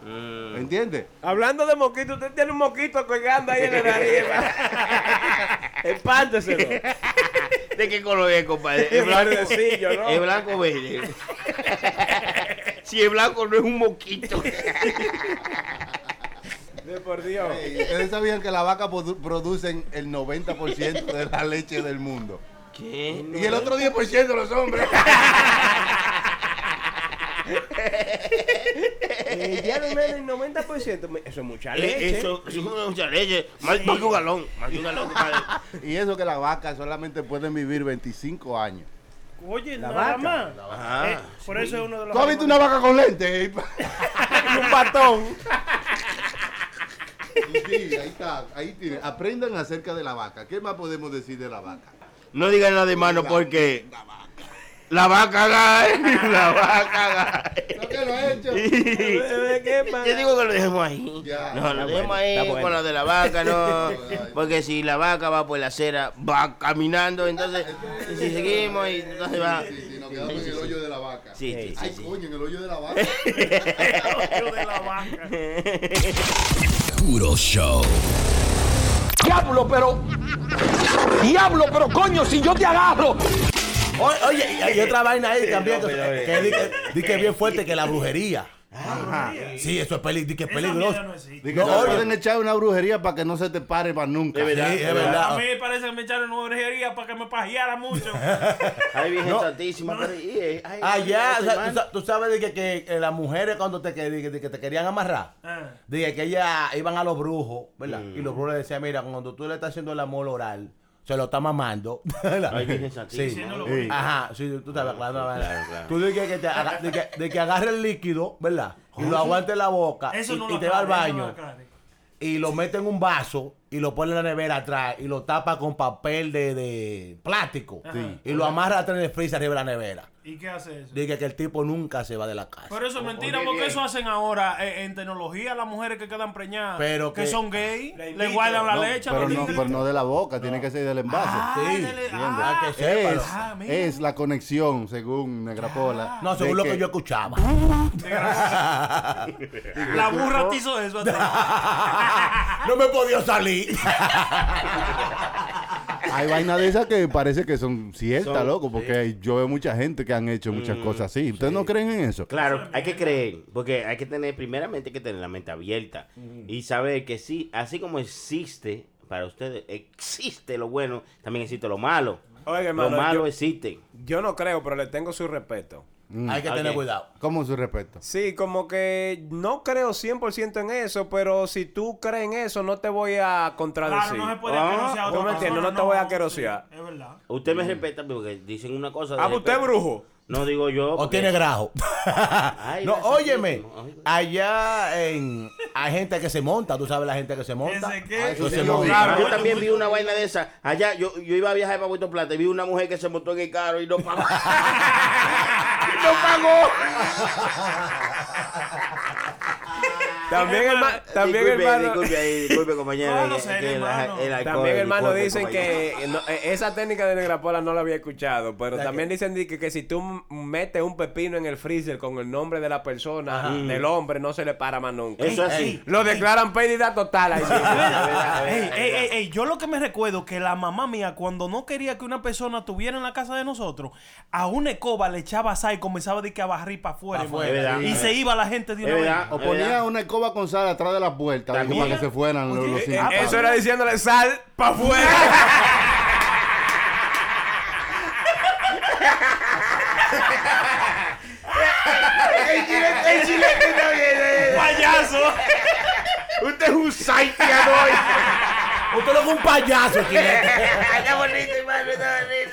Speaker 6: ¿Entiendes?
Speaker 9: Hablando de moquito, usted tiene un moquito colgando ahí en la nariz. hermano.
Speaker 8: (laughs)
Speaker 9: Espárteselo.
Speaker 8: ¿De qué color es, compadre?
Speaker 9: (laughs) Es verdecillo, ¿no?
Speaker 8: Es blanco o verde. si es blanco, no es un moquito.
Speaker 9: De por Dios.
Speaker 6: Ustedes sabían que las vacas produ- producen el 90% de la leche del mundo.
Speaker 8: ¿Qué?
Speaker 6: Y el otro 10% los hombres.
Speaker 9: Eh, ya no menos el 90%. me- Eso es mucha leche.
Speaker 8: Eh, Eso, eso es mucha leche. Más, más que un galón. Más que un galón, compadre.
Speaker 6: Y eso que las vacas solamente pueden vivir 25 años.
Speaker 15: Oye,
Speaker 9: La
Speaker 15: nada
Speaker 9: vaca.
Speaker 15: más.
Speaker 8: Ajá.
Speaker 15: Eh, por eso es uno de los.
Speaker 6: ¿Tú has visto una vaca con lente? (laughs)
Speaker 9: Y un batón.
Speaker 6: Sí, ahí está, ahí tiene. Aprendan acerca de la vaca. ¿Qué más podemos decir de la vaca?
Speaker 8: No digan nada de mano porque. La vaca gana. eh. (laughs) La vaca
Speaker 6: (laughs)
Speaker 8: gana.
Speaker 6: ¿Qué (laughs) lo ha hecho?
Speaker 9: Eh, ¿Qué pasa?
Speaker 8: Yo digo que lo dejemos ahí.
Speaker 6: Ya.
Speaker 8: no, lo dejemos ahí
Speaker 9: está bueno.
Speaker 8: con lo de la vaca, no. Porque si la vaca va por la acera, va caminando, entonces si seguimos y entonces va.
Speaker 6: Sí, sí, nos quedamos en el hoyo de la vaca.
Speaker 8: Sí, sí, sí,
Speaker 6: Ay,
Speaker 8: sí.
Speaker 6: coño, en el hoyo de la vaca.
Speaker 15: Yo de la vaca.
Speaker 17: Puro show.
Speaker 18: Diablo, pero. Diablo, pero coño, si yo te agarro.
Speaker 19: O- Oye, y hay otra vaina ahí también. que- que di que- di que es bien fuerte que la brujería. Sí, eso es, peli- di que es
Speaker 15: Esa
Speaker 19: peligroso.
Speaker 15: mierda no existe.
Speaker 6: Dije,
Speaker 19: No,
Speaker 6: "Te
Speaker 19: oye.
Speaker 6: pueden echar una brujería para que no se te pare para nunca.
Speaker 19: Sí, es
Speaker 15: A
Speaker 19: verdad.
Speaker 15: mí parece que me echaron una orejería para que me pajeara mucho.
Speaker 8: Ay, Virgen
Speaker 19: No.
Speaker 8: Santísima. pero- y, eh, ay,
Speaker 19: Allá,
Speaker 8: ay,
Speaker 19: o sea,
Speaker 8: hermano.
Speaker 19: tú sa- tú sabes de que, que, eh, las mujeres cuando te, que, de que- de que te querían amarrar,
Speaker 15: Ah.
Speaker 19: dije que ellas iban a los brujos, ¿verdad?
Speaker 8: Mm.
Speaker 19: Y los brujos les decían, mira, cuando tú le estás haciendo el amor oral, se lo está mamando. (laughs) ¿verdad?
Speaker 8: Ay, Virgen
Speaker 19: sí.
Speaker 8: Santísima.
Speaker 19: Sí. Ajá, sí, tú sabes, claro. Tú dices que, que te aga- de que, de que agarre el líquido, ¿verdad? Y lo aguante en la boca
Speaker 15: Eso
Speaker 19: y,
Speaker 15: no
Speaker 19: y
Speaker 15: lo
Speaker 19: te va al
Speaker 15: aclare, eso no
Speaker 19: baño
Speaker 15: lo aclare.
Speaker 19: y lo mete en un vaso
Speaker 18: y lo pone en la nevera atrás y lo tapa con papel de, de plástico
Speaker 15: Ah.
Speaker 10: Sí.
Speaker 18: y lo amarra atrás en el freezer arriba de la nevera.
Speaker 10: ¿Y qué hace eso?
Speaker 18: Diga que el tipo nunca se va de la casa.
Speaker 10: Pero eso es mentira, porque eso hacen ahora eh, en tecnología las mujeres que quedan preñadas,
Speaker 18: Pero
Speaker 10: que,
Speaker 18: que-
Speaker 10: son gay, le guardan la
Speaker 6: No,
Speaker 10: leche.
Speaker 6: Pero
Speaker 10: le-
Speaker 6: no, pero no de la boca, tiene que ser del envase.
Speaker 10: Ah,
Speaker 6: sí,
Speaker 10: del-
Speaker 6: ¿entiendes?
Speaker 10: ah, que sepa.
Speaker 6: es,
Speaker 10: Ah, mira.
Speaker 6: es la conexión, según Negrapola.
Speaker 18: No,
Speaker 6: de
Speaker 18: según lo que yo escuchaba.
Speaker 10: (laughs) La burra te hizo eso. a ti.
Speaker 18: (laughs) No me podía salir.
Speaker 6: Hay vainas de esas que parece que son ciertas,
Speaker 8: Son-
Speaker 6: loco, porque yo veo mucha gente que han hecho muchas
Speaker 8: Mm,
Speaker 6: cosas así. ¿Ustedes no creen en eso?
Speaker 8: Claro, hay que creer, porque hay que tener, primeramente, hay que tener la mente abierta y saber que sí, así como existe para ustedes, existe lo bueno, también existe lo malo.
Speaker 9: Oiga,
Speaker 8: lo
Speaker 9: hermano,
Speaker 8: malo
Speaker 9: yo-
Speaker 8: existe.
Speaker 9: Yo no creo, pero le tengo su respeto.
Speaker 6: Mm.
Speaker 8: Hay que tener Ok. cuidado.
Speaker 6: ¿Cómo su respeto?
Speaker 9: Sí, como que no creo 100% en eso, pero si tú crees en eso, no te voy a contradecir.
Speaker 10: Claro, no se puede
Speaker 9: Ah,
Speaker 10: aquerosear a otra
Speaker 9: ¿tú me entiendes?
Speaker 10: persona,
Speaker 9: No te voy a
Speaker 10: no,
Speaker 9: querosear.
Speaker 10: Es verdad.
Speaker 8: Usted me respeta porque dicen una cosa. de
Speaker 9: Ah, ¿usted es
Speaker 8: respeto.
Speaker 9: brujo?
Speaker 8: No digo yo.
Speaker 18: O
Speaker 8: porque-
Speaker 18: tiene grajo.
Speaker 8: (laughs) Ay,
Speaker 18: No,
Speaker 8: gracias,
Speaker 18: óyeme.
Speaker 8: Dios. Ay,
Speaker 18: Allá en, hay gente que se monta, tú sabes la gente que se monta.
Speaker 10: Ese
Speaker 6: Ah,
Speaker 10: que-
Speaker 18: Eso
Speaker 8: Sí,
Speaker 18: se
Speaker 8: yo
Speaker 18: monta.
Speaker 8: vi. yo también vi una vaina de esa. Allá, yo, yo iba a viajar para Puerto Plata y vi una mujer que se montó en el carro y no pagó. Y no pagó.
Speaker 9: También, herma- Ah, también
Speaker 8: Disculpe,
Speaker 9: hermano.
Speaker 8: disculpe ahí, disculpe, compañero.
Speaker 10: Ah, No, no
Speaker 8: que-
Speaker 10: sé,
Speaker 8: que el-
Speaker 10: hermano.
Speaker 8: el alcohol,
Speaker 9: También, hermano,
Speaker 8: disculpe,
Speaker 9: dicen
Speaker 8: compañero.
Speaker 9: que no, eh, esa técnica de Negrapola no la había escuchado, pero también dicen de que, que si tú m- metes un pepino en el freezer con el nombre de la persona, del hombre, no se le para más nunca.
Speaker 8: Eso es así.
Speaker 9: Ey, Lo declaran pérdida total.
Speaker 10: (laughs)
Speaker 9: ahí sí.
Speaker 10: Ey, ey, ey, ey, yo lo que me recuerdo que la mamá mía, cuando no quería que una persona estuviera en la casa de nosotros, a una escoba le echaba sal y comenzaba de que a barrir para afuera.
Speaker 18: Pa' afuera,
Speaker 10: hermano.
Speaker 8: es
Speaker 10: y
Speaker 8: verdad.
Speaker 10: se iba la gente de una
Speaker 8: Es
Speaker 10: vez.
Speaker 8: verdad.
Speaker 6: O ponía una escoba con sal atrás de la puerta dije,
Speaker 8: También.
Speaker 6: para que se fueran los,
Speaker 9: Eh,
Speaker 6: los
Speaker 18: Ah,
Speaker 9: eh,
Speaker 6: cinco pavos.
Speaker 9: Eso era diciéndole sal para
Speaker 8: (laughs)
Speaker 9: afuera.
Speaker 10: ¡Payaso!
Speaker 8: Usted es un saiteador.
Speaker 18: Usted lo fue un
Speaker 8: (laughs)
Speaker 18: payaso, Kinete.
Speaker 8: Está bonito, hermano, está bonito.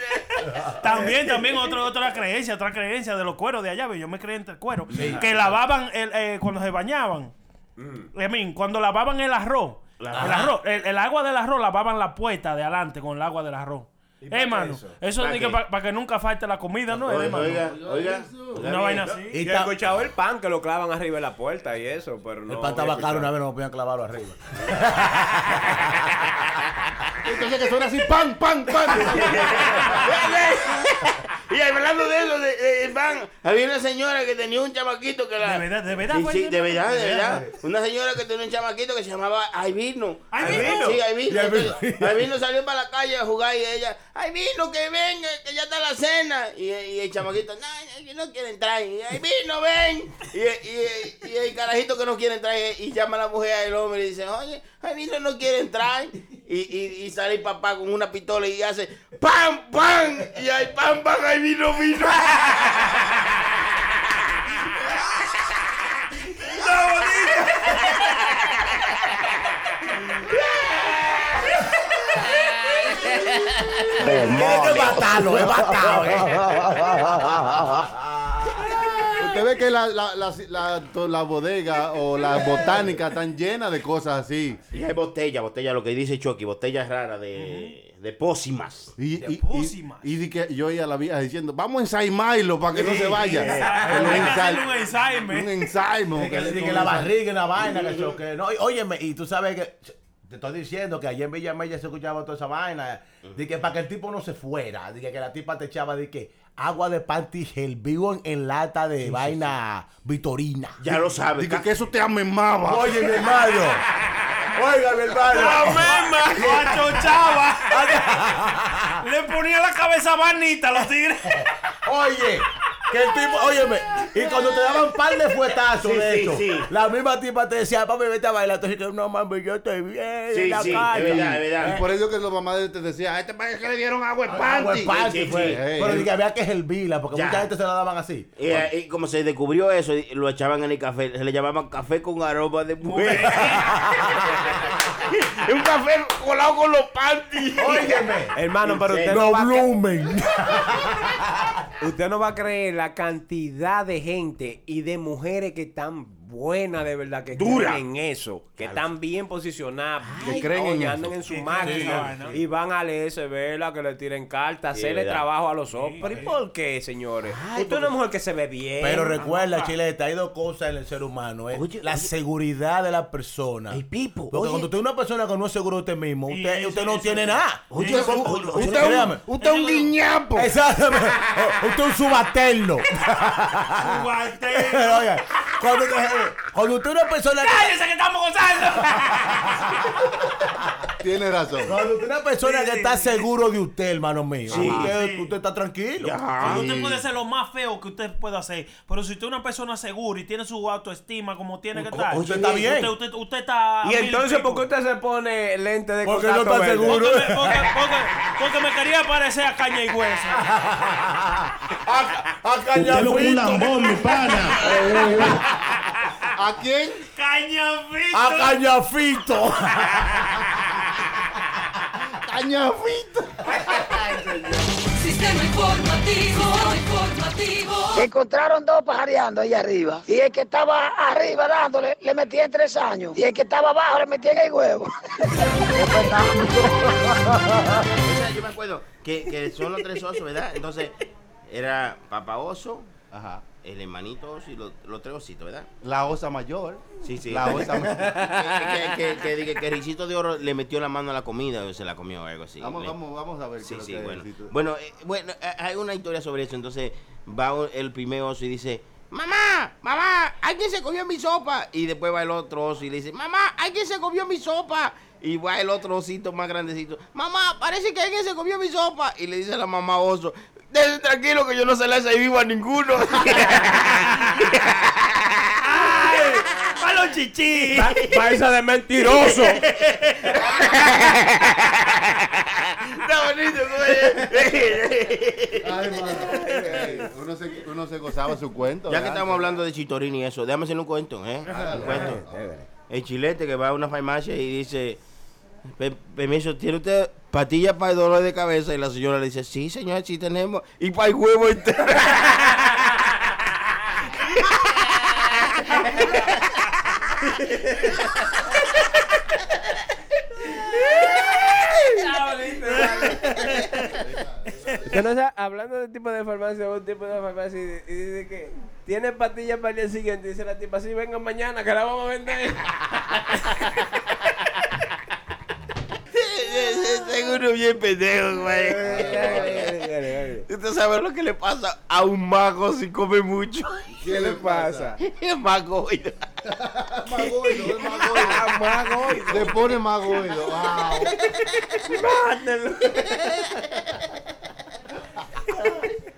Speaker 10: También, también otra otra creencia, otra creencia de los cueros de allá, ve, yo me creí entre el cuero. Que lavaban el, eh, cuando se bañaban.
Speaker 8: Mm.
Speaker 10: I mean, cuando lavaban el arroz, el, arroz el, el agua del arroz lavaban la puerta de adelante con el agua del arroz.
Speaker 9: para
Speaker 10: Eh,
Speaker 9: qué
Speaker 10: hermano,
Speaker 9: eso?
Speaker 10: eso
Speaker 8: ¿Para
Speaker 10: es
Speaker 8: qué?
Speaker 10: para que nunca falte la comida, ¿no? Eh,
Speaker 8: Oiga,
Speaker 10: hermano?
Speaker 8: oiga, oiga.
Speaker 10: Una vaina así.
Speaker 18: Y
Speaker 9: Yo he
Speaker 18: ta-
Speaker 9: escuchado el pan que lo clavan arriba de la puerta y eso, pero no.
Speaker 18: El pan estaba caro, una vez no podían clavarlo arriba.
Speaker 6: Entonces que suena así, ¡pam, pam,
Speaker 8: (laughs)
Speaker 6: pam!
Speaker 8: Y hablando de eso, de, de- de pan, había una señora que tenía un chamaquito que la.
Speaker 10: De verdad, de verdad,
Speaker 8: Sí,
Speaker 10: güey,
Speaker 8: sí,
Speaker 10: de
Speaker 8: de verdad, de
Speaker 10: verdad.
Speaker 8: verdad. Una señora que tenía un chamaquito que se llamaba Aivino.
Speaker 10: ¿Aivino?
Speaker 8: Sí, Aivino.
Speaker 18: Y Aivino.
Speaker 8: Entonces, Aivino salió para la calle a jugar y ella, Aivino, que venga, que ya está la cena. Y, y el chamaquito, no, no, yo no quiero entrar. Y, Aivino, ven. Y, y- y el carajito que no quiere entrar y, y llama a la mujer al hombre y dice, oye, Aivino no quiere entrar. Y, y, y sale el papá con una pistola y hace, ¡pam, pam! Y ahí, ¡pam, pam! Aivino vino. (laughs)
Speaker 18: Tiene que matarlo, es matado, eh.
Speaker 6: Usted ve que la, la, la, la- to- la bodega o la botánica están llenas de cosas así.
Speaker 8: Y hay botella, botella, lo que dice Chucky, botella rara de, de pócimas.
Speaker 6: Y, y, y,
Speaker 10: Pósimas.
Speaker 6: y di que yo oía a la vieja diciendo, vamos a ensaimarlo para que no
Speaker 18: (laughs)
Speaker 6: se vaya. Que lo
Speaker 10: Hay que hacerle un
Speaker 6: ensai-
Speaker 10: ensaime.
Speaker 6: Un ensaimo.
Speaker 18: Que le
Speaker 6: que
Speaker 18: dije la barriga, la vaina, que yo que no. y Óyeme, y tú sabes que te estoy diciendo que ayer en Villamella se escuchaba toda esa vaina. Dije que para que el tipo no se fuera, dije que la tipa te echaba de que agua de panty gel vivo en, en lata de vaina vitorina.
Speaker 8: Ya lo sabes.
Speaker 6: Dije
Speaker 8: ca-
Speaker 6: que eso te amemaba. (laughs)
Speaker 18: Oye, mi hermano. Oiga, mi hermano.
Speaker 10: Lo achochaba. Le ponía la cabeza vanita a los tigres.
Speaker 18: Oye, que el tipo, óyeme, y cuando te daban par de fuetazos
Speaker 8: Sí,
Speaker 18: de
Speaker 8: sí,
Speaker 18: hecho,
Speaker 8: sí.
Speaker 18: la misma tipa te decía, papi, vete a bailar. Entonces, que no mami, yo estoy bien.
Speaker 8: Sí,
Speaker 18: en la
Speaker 8: sí, es
Speaker 18: calle. Eh,
Speaker 8: verdad, es
Speaker 6: Y
Speaker 8: verdad.
Speaker 6: por eso que los mamás te decían, a este parece que le dieron agua de
Speaker 18: Agua de
Speaker 6: panty.
Speaker 18: panty,
Speaker 8: Sí, sí,
Speaker 18: fue.
Speaker 8: sí.
Speaker 18: Pero dije, había que hervirla, porque
Speaker 8: Ya.
Speaker 18: mucha gente se la daban así.
Speaker 8: Y, eh, y como se descubrió eso, y lo echaban en el café. Se le llamaban café con aroma de mujer. Es un café colado con los panties.
Speaker 18: Óyeme.
Speaker 9: Hermano, pero usted no,
Speaker 18: Los
Speaker 9: va a cre- (laughs)
Speaker 18: Blumen.
Speaker 9: usted no va a creer la cantidad de gente y de mujeres que están buena de verdad que
Speaker 20: Dura.
Speaker 9: creen en eso, que están bien posicionadas,
Speaker 20: Que creen en
Speaker 9: oye,
Speaker 20: eso.
Speaker 9: andan en su
Speaker 20: Que creen en
Speaker 9: máquina
Speaker 20: eso.
Speaker 9: y van al SB, la que le tiren cartas,
Speaker 21: Sí,
Speaker 9: hacerle
Speaker 21: ¿verdad?
Speaker 9: trabajo a los otros. ¿Pero y por qué, señores? Usted es una mujer que se ve bien.
Speaker 21: Pero recuerda,
Speaker 9: Ah.
Speaker 21: Chileta, hay dos cosas en el ser humano. eh. la seguridad de la persona. El pipo. Porque cuando usted es una persona que no es seguro de usted mismo, usted, usted no tiene nada.
Speaker 22: Oye,
Speaker 21: usted
Speaker 22: oye, oye, oye,
Speaker 21: usted-
Speaker 22: créame.
Speaker 21: usted es un guiñapo. Exactamente. usted es un subalterno. Pero, oiga, cuando, cuando usted es una persona que...
Speaker 22: ¡Cállese
Speaker 9: que estamos gozando!
Speaker 6: Tiene razón.
Speaker 21: Cuando usted es una persona que está seguro de usted, hermano mío.
Speaker 23: Sí.
Speaker 21: Usted, usted está tranquilo.
Speaker 23: Sí, Usted puede ser lo más feo que usted pueda hacer, pero si usted es una persona segura y tiene su autoestima como tiene que estar,
Speaker 9: oye, usted está bien.
Speaker 23: Usted, usted- usted está. a
Speaker 9: Y
Speaker 23: mil
Speaker 9: entonces,
Speaker 23: pico.
Speaker 9: ¿por qué usted se pone lente de
Speaker 23: Porque
Speaker 9: contacto
Speaker 23: no está
Speaker 9: verde?
Speaker 23: seguro. Porque me- porque- Porque me quería parecer a caña y hueso.
Speaker 9: (laughs)
Speaker 21: a
Speaker 22: mi pana.
Speaker 6: ¿A quién?
Speaker 23: Cañafito.
Speaker 21: A
Speaker 6: (laughs)
Speaker 21: Cañafito.
Speaker 6: Cañafito.
Speaker 11: Sistema informativo, informativo.
Speaker 24: Se encontraron dos pajareando ahí arriba. Y el que estaba arriba dándole, le metía en tres años. Y el que estaba abajo le metía en el huevo.
Speaker 8: O sea, yo me acuerdo que, que son los tres osos, ¿verdad? Entonces, era papá oso, el hermanito oso y los, los tres ositos, ¿verdad?
Speaker 6: La osa mayor.
Speaker 8: Sí, sí.
Speaker 6: La osa
Speaker 8: que, que, que, que, dije que Ricito de Oro le metió la mano a la comida o se la comió o algo así.
Speaker 6: Vamos,
Speaker 8: Le-
Speaker 6: vamos, vamos a ver.
Speaker 8: Sí,
Speaker 6: qué es
Speaker 8: sí,
Speaker 6: lo que
Speaker 8: bueno.
Speaker 6: decís tú.
Speaker 8: Bueno, eh, bueno, eh, hay una historia sobre eso. Entonces, va un- el primer oso y dice, mamá, mamá, alguien se comió mi sopa. Y después va el otro oso y le dice, mamá, alguien se comió mi sopa. Y va el otro osito más grandecito, mamá, parece que alguien se comió mi sopa. Y le dice a la mamá oso, déjese tranquilo que yo no se la hice vivo a ninguno. (laughs)
Speaker 23: ¡A los chichis!
Speaker 9: Paisa
Speaker 23: (laughs)
Speaker 9: de mentiroso.
Speaker 8: Está bonito,
Speaker 6: (laughs) Ay, madre. Uno se, uno se gozaba su cuento.
Speaker 8: Ya que
Speaker 6: ¿verdad? (laughs)
Speaker 8: estamos hablando de Chitorini y eso, déjame hacerle un cuento, ¿eh? Un cuento. El chilete que va a una farmacia y dice, "Pe- permiso, ¿tiene usted pastillas para el dolor de cabeza? Y la señora le dice, sí, señora, sí tenemos. Y para el huevo (laughs) entero.
Speaker 9: Usted no sabe, hablando de tipo de farmacia, un tipo de farmacia y, y dice que tiene pastillas para el día siguiente. Dice la tipa, sí, venga mañana que la vamos a vender.
Speaker 8: Seguro bien pendejo, güey. Usted sabe lo que le pasa a un mago si come mucho.
Speaker 9: ¿Qué le pasa?
Speaker 8: Es magoida.
Speaker 6: Magoido, es
Speaker 9: (laughs)
Speaker 6: magoido.
Speaker 9: magoido.
Speaker 6: Le pone
Speaker 8: (laughs)
Speaker 6: magoido. Wow.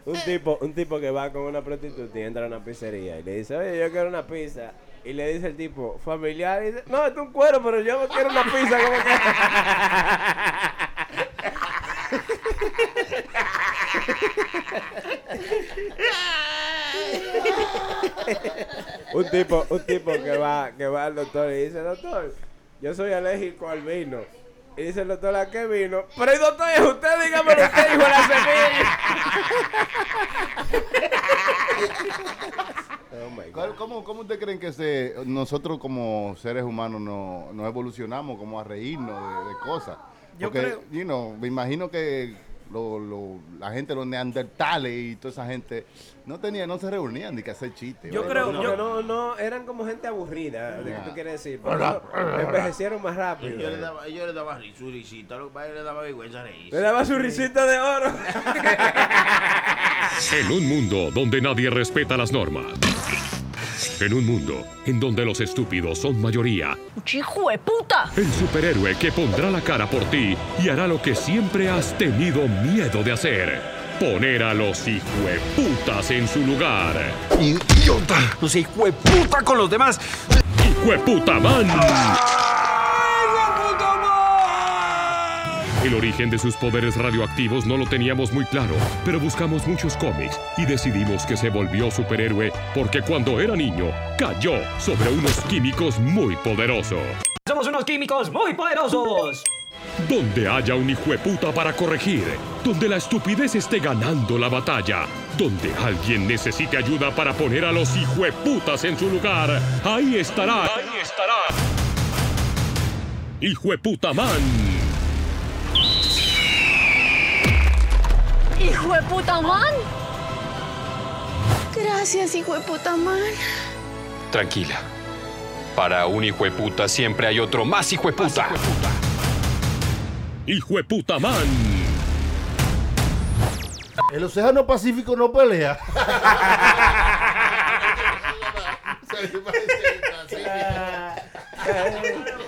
Speaker 9: un, tipo, un tipo que va con una prostituta y entra a una pizzería y le dice, oye, yo quiero una pizza. Y le dice el tipo, familiar, y dice, no, esto es un cuero, pero yo no quiero una pizza. como que-". un tipo, un tipo que va, que va al doctor y dice, doctor, yo soy alérgico al vino. Y dice el doctor, ¿a qué vino? Pero el doctor, usted dígame lo que dijo la semilla.
Speaker 6: ¿Cuál- ¿Cómo, ¿Cómo usted creen que se, nosotros como seres humanos no, no evolucionamos como a reírnos de, de cosas?
Speaker 25: Yo
Speaker 6: Porque,
Speaker 25: creo-
Speaker 6: you know, me imagino que lo- lo- la gente, los neandertales y toda esa gente, no tenía, no se reunían ni que hacer chistes.
Speaker 9: Yo
Speaker 6: ¿vale?
Speaker 9: creo,
Speaker 6: No,
Speaker 9: no,
Speaker 6: no.
Speaker 9: no, no, eran como gente aburrida, ¿de qué tú quieres decir? Pero
Speaker 6: Hola.
Speaker 9: no, envejecieron más
Speaker 8: Yo
Speaker 9: rápido.
Speaker 8: le daba, yo le daba ri- su risita, lo que pasa es que le daba vergüenza reírse.
Speaker 9: Le daba su risita de oro.
Speaker 18: En un mundo donde nadie respeta las normas. En un mundo en donde los estúpidos son mayoría.
Speaker 11: ¡Hijo de puta!
Speaker 18: El superhéroe que pondrá la cara por ti y hará lo que siempre has tenido miedo de hacer. Poner a los hijueputas en su lugar. ¡Idiota! ¡Los hijueputa con los demás! ¡Hijueputa man! El origen de sus poderes radioactivos no lo teníamos muy claro, pero buscamos muchos cómics y decidimos que se volvió superhéroe porque cuando era niño cayó sobre unos químicos muy poderosos.
Speaker 26: Somos unos químicos muy poderosos.
Speaker 18: Donde haya un hijueputa para corregir, donde la estupidez esté ganando la batalla, donde alguien necesite ayuda para poner a los hijueputas en su lugar, ahí estará. Ahí estará. Hijueputaman.
Speaker 12: ¡Hijo de puta man! Gracias, hijo de puta man.
Speaker 27: Tranquila. Para un hijueputa siempre hay otro más hijueputa.
Speaker 18: Hijueputaman.
Speaker 28: El Océano Pacífico no
Speaker 9: (laughs)
Speaker 28: pelea.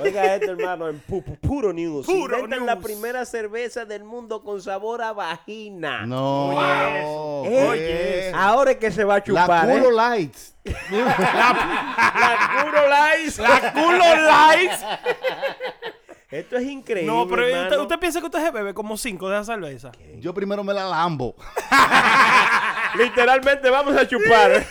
Speaker 8: Oiga esto, hermano, en pu- pu- (laughs) puro news.
Speaker 9: Puro
Speaker 8: Inventan la
Speaker 9: news.
Speaker 8: primera cerveza del mundo con sabor a vagina.
Speaker 28: No.
Speaker 8: Oye,
Speaker 28: Wow.
Speaker 8: eh,
Speaker 28: Oye, eso.
Speaker 8: ahora es que se va a chupar.
Speaker 28: La
Speaker 8: ¿eh?
Speaker 28: Culo Lights.
Speaker 8: (laughs) La culo lights.
Speaker 9: La culo lights.
Speaker 8: (laughs) Esto es increíble.
Speaker 9: No, pero usted,
Speaker 8: hermano.
Speaker 9: usted piensa que usted se bebe como cinco de esa cerveza.
Speaker 6: Yo primero me la lambo.
Speaker 8: Literalmente vamos a chupar.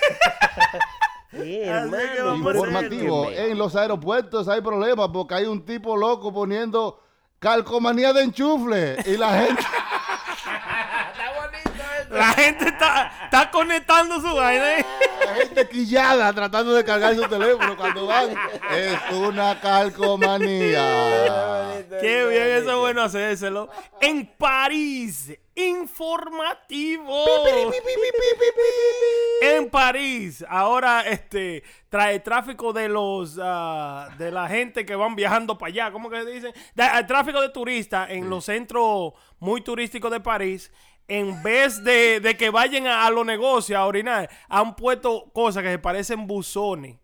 Speaker 6: Informativo. En los aeropuertos hay problemas porque hay un tipo loco poniendo calcomanía de enchufle y la
Speaker 9: (laughs)
Speaker 6: gente.
Speaker 9: La gente está, está conectando su vaina.
Speaker 6: La gente quillada tratando de cargar su teléfono cuando van. Es una calcomanía.
Speaker 9: Qué bien, eso es bueno hacérselo. En París, informativo. En París, ahora este trae tráfico de los ah, de la gente que van viajando para allá, ¿cómo que dicen? Da- el tráfico de turistas en los centros muy turísticos de París. En vez de, de que vayan a, a los negocios a orinar, han puesto cosas que se parecen buzones.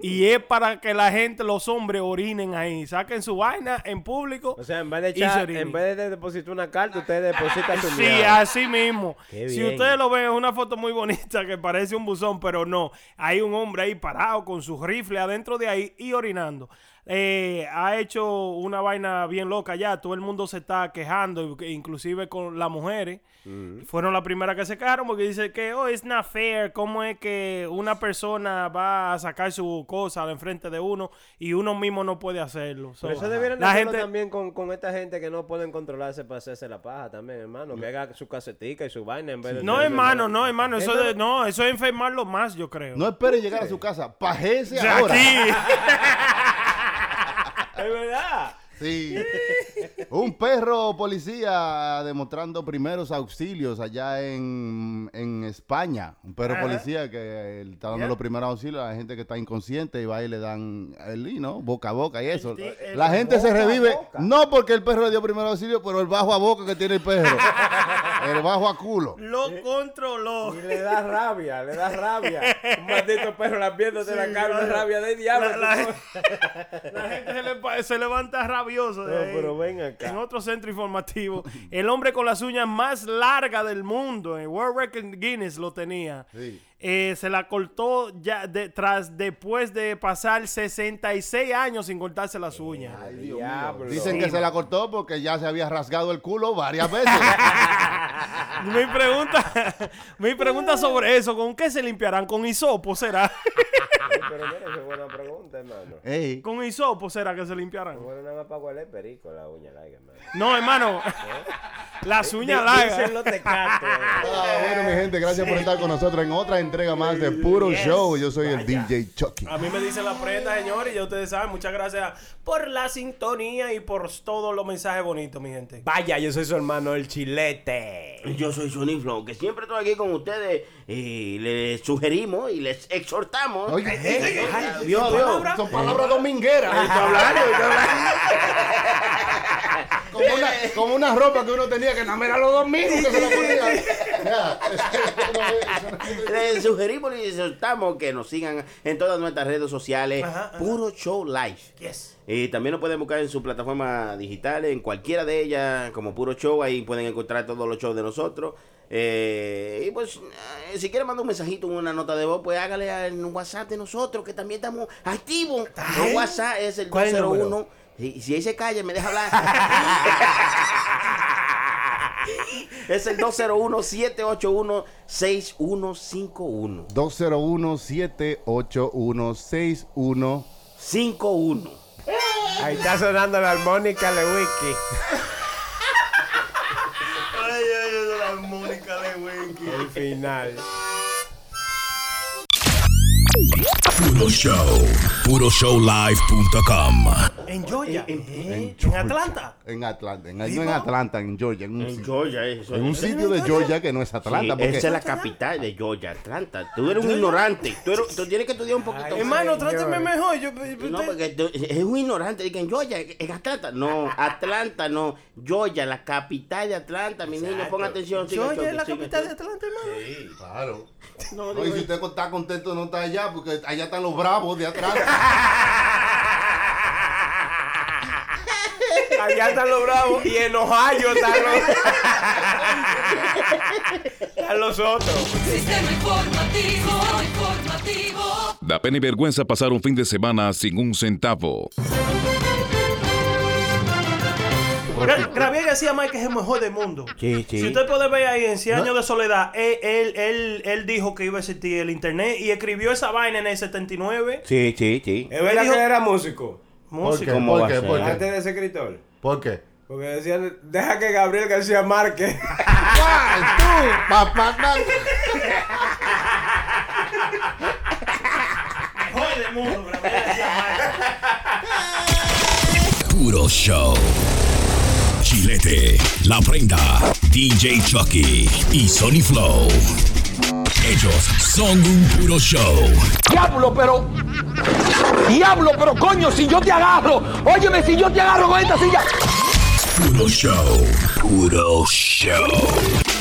Speaker 9: Y es para que la gente, los hombres, orinen ahí. Saquen su vaina en público.
Speaker 8: O sea, en vez de,
Speaker 9: Y
Speaker 8: echar-
Speaker 9: se orine.
Speaker 8: en vez de depositar una carta, usted deposita su
Speaker 9: Sí,
Speaker 8: miau.
Speaker 9: así mismo.
Speaker 8: Qué
Speaker 9: Si
Speaker 8: bien.
Speaker 9: ustedes lo ven, es una foto muy bonita que parece un buzón, pero no. Hay un hombre ahí parado con su rifle adentro de ahí y orinando. Eh, ha hecho una vaina bien loca ya. Todo el mundo se está quejando, inclusive con las mujeres.
Speaker 8: Mm.
Speaker 9: Fueron la primera que se quejaron porque dice que, oh, it's not fair. ¿Cómo es que una persona va a sacar su cosa al enfrente de uno y uno mismo no puede hacerlo? So,
Speaker 8: Pero eso debieron
Speaker 9: la
Speaker 8: hacerlo
Speaker 9: gente
Speaker 8: también con, con esta gente que no pueden controlarse para hacerse la paja también, hermano. Que haga su casetica y su vaina en vez de...
Speaker 9: No, hermano, no, hermano. Eso, de- no, eso es enfermarlo más, yo creo.
Speaker 6: No espere llegar a su casa. Pajese
Speaker 9: Ya
Speaker 6: ahora.
Speaker 9: aquí.
Speaker 8: Es verdad.
Speaker 6: Sí. Un perro policía demostrando primeros auxilios allá en, en España. Un perro
Speaker 28: Ajá.
Speaker 6: policía que él está dando
Speaker 28: Ya.
Speaker 6: los primeros auxilios a la gente que está inconsciente y va y le dan el y, ¿no? boca a boca y eso.
Speaker 28: ti- el
Speaker 6: la gente se
Speaker 28: boca a
Speaker 6: revive
Speaker 28: boca.
Speaker 6: no porque el perro le dio primeros auxilios, pero el bajo a boca que tiene el
Speaker 28: (laughs)
Speaker 6: perro. el bajo a culo.
Speaker 9: Lo controló.
Speaker 8: Y le da rabia, le da rabia.
Speaker 9: (laughs)
Speaker 8: Un maldito perro lambiéndote la cara, una
Speaker 9: vale.
Speaker 8: rabia de diablo.
Speaker 9: La- la- La gente se, le pa- se levanta rabioso. de
Speaker 8: No,
Speaker 9: ahí.
Speaker 8: pero ven acá.
Speaker 9: En otro centro informativo, el hombre con las uñas más largas del mundo, en World Record Guinness lo tenía. Eh, se la cortó ya de- tras después de pasar 66 años sin cortarse las uñas.
Speaker 6: Dicen que
Speaker 9: Sí,
Speaker 6: se la cortó porque ya se había rasgado el culo
Speaker 28: (laughs)
Speaker 6: varias veces.
Speaker 9: Mi pregunta, (laughs) mi pregunta sobre eso, ¿con qué se limpiarán? ¿Con hisopo será? (laughs)
Speaker 8: Pero mira, esa es buena pregunta, hermano.
Speaker 9: ¿Con hisopo será que se limpiarán?
Speaker 8: Bueno, nada más para huele perico la uña larga, hermano.
Speaker 9: No, hermano. Las uñas largas.
Speaker 8: Dicen
Speaker 9: (laughs)
Speaker 8: los tecatos,
Speaker 6: Ah, bueno, mi gente, gracias por estar con nosotros en otra entrega más de Puro
Speaker 9: Yes.
Speaker 6: Show. Yo soy el DJ Chucky.
Speaker 9: A mí me dicen la prenda, señores, y ya ustedes saben, muchas gracias por la sintonía y por todos los mensajes bonitos, mi gente.
Speaker 8: Vaya, yo soy su hermano, el chilete.
Speaker 10: Yo soy Johnny Flow, que siempre estoy aquí con ustedes y les sugerimos y les exhortamos.
Speaker 6: Oye,
Speaker 10: Dios,
Speaker 6: son
Speaker 10: Dios.
Speaker 6: palabras- son palabras
Speaker 10: Ahí
Speaker 6: domingueras.
Speaker 10: está hablando, ahí está
Speaker 6: (laughs) Como una, como una ropa que uno tenía que no era los domingos que se la ponía. Ya.
Speaker 10: Les sugerimos y les exhortamos que nos sigan en todas nuestras redes sociales. Puro Show Live. Y también nos pueden buscar en su plataforma digital, en cualquiera de ellas, como Puro Show. Ahí pueden encontrar todos los shows de nosotros. Eh, y pues, eh, si quieren mandar un mensajito, una nota de voz, pues hágale al WhatsApp de nosotros, que también estamos activos. El WhatsApp es el
Speaker 8: ¿Eh? ¿Cuál es el número?
Speaker 10: 201. Y y si ahí se calla, me deja hablar. es el 201-781-6151.
Speaker 6: 201-781-6151.
Speaker 8: Ahí está sonando la armónica de Wiki.
Speaker 9: Ay, ay, ay, la armónica de Winky.
Speaker 8: El final.
Speaker 18: Puro Show. PuroShowLive.com.
Speaker 9: En Georgia. En,
Speaker 6: Atlanta. En Atlanta. En, no en Atlanta, en Georgia. En, un sitio-
Speaker 29: Georgia, eso
Speaker 6: en un
Speaker 29: es.
Speaker 6: sitio de Georgia que no es Atlanta.
Speaker 29: Sí,
Speaker 6: porque
Speaker 29: Esa es la capital de Georgia, Atlanta. Tú eres un
Speaker 6: Tú-
Speaker 29: ignorante. Tú, eres- tú tienes que estudiar un poquito. más.
Speaker 9: Hermano, tráteme mejor. Yo,
Speaker 29: No, porque tú- es un ignorante. Dicen Georgia, en Atlanta. No, Atlanta no. Georgia, la capital de Atlanta, mi niño. Pon atención. sigan,
Speaker 9: Georgia es la
Speaker 29: sigan,
Speaker 9: capital de
Speaker 29: sigan.
Speaker 9: Atlanta, hermano.
Speaker 6: Claro.
Speaker 29: No,
Speaker 6: y si usted está contento no está allá, porque allá están los bravos de atrás. (laughs)
Speaker 8: Allá están los bravos y en Ohio están los. están los otros.
Speaker 11: Informativo, informativo.
Speaker 30: Da pena y vergüenza pasar un fin de semana sin un centavo.
Speaker 9: Gra- Gravier García Márquez es el mejor del mundo.
Speaker 31: Sí,
Speaker 9: Si
Speaker 31: sí.
Speaker 9: usted puede ver ahí en 100
Speaker 31: No.
Speaker 9: años de soledad, él, él, él, él dijo que iba a existir el internet y escribió esa vaina en el 79.
Speaker 31: Sí, sí, sí.
Speaker 8: Es verdad que él era músico.
Speaker 9: Músico.
Speaker 31: ¿Cómo va a ser?
Speaker 8: Antes de ser escritor.
Speaker 6: ¿Por qué?
Speaker 8: Porque decían, deja que Gabriel García Márquez.
Speaker 6: tú! ¡Papá!
Speaker 9: Mejor del mundo, Gravier
Speaker 18: Puro Show. Chilete, La Prenda, DJ Chucky y Sony Flow. Ellos son un puro show.
Speaker 32: Diablo, pero. Diablo, pero coño, si yo te agarro. Óyeme, si yo te agarro con esta silla.
Speaker 18: Puro Show. Puro Show.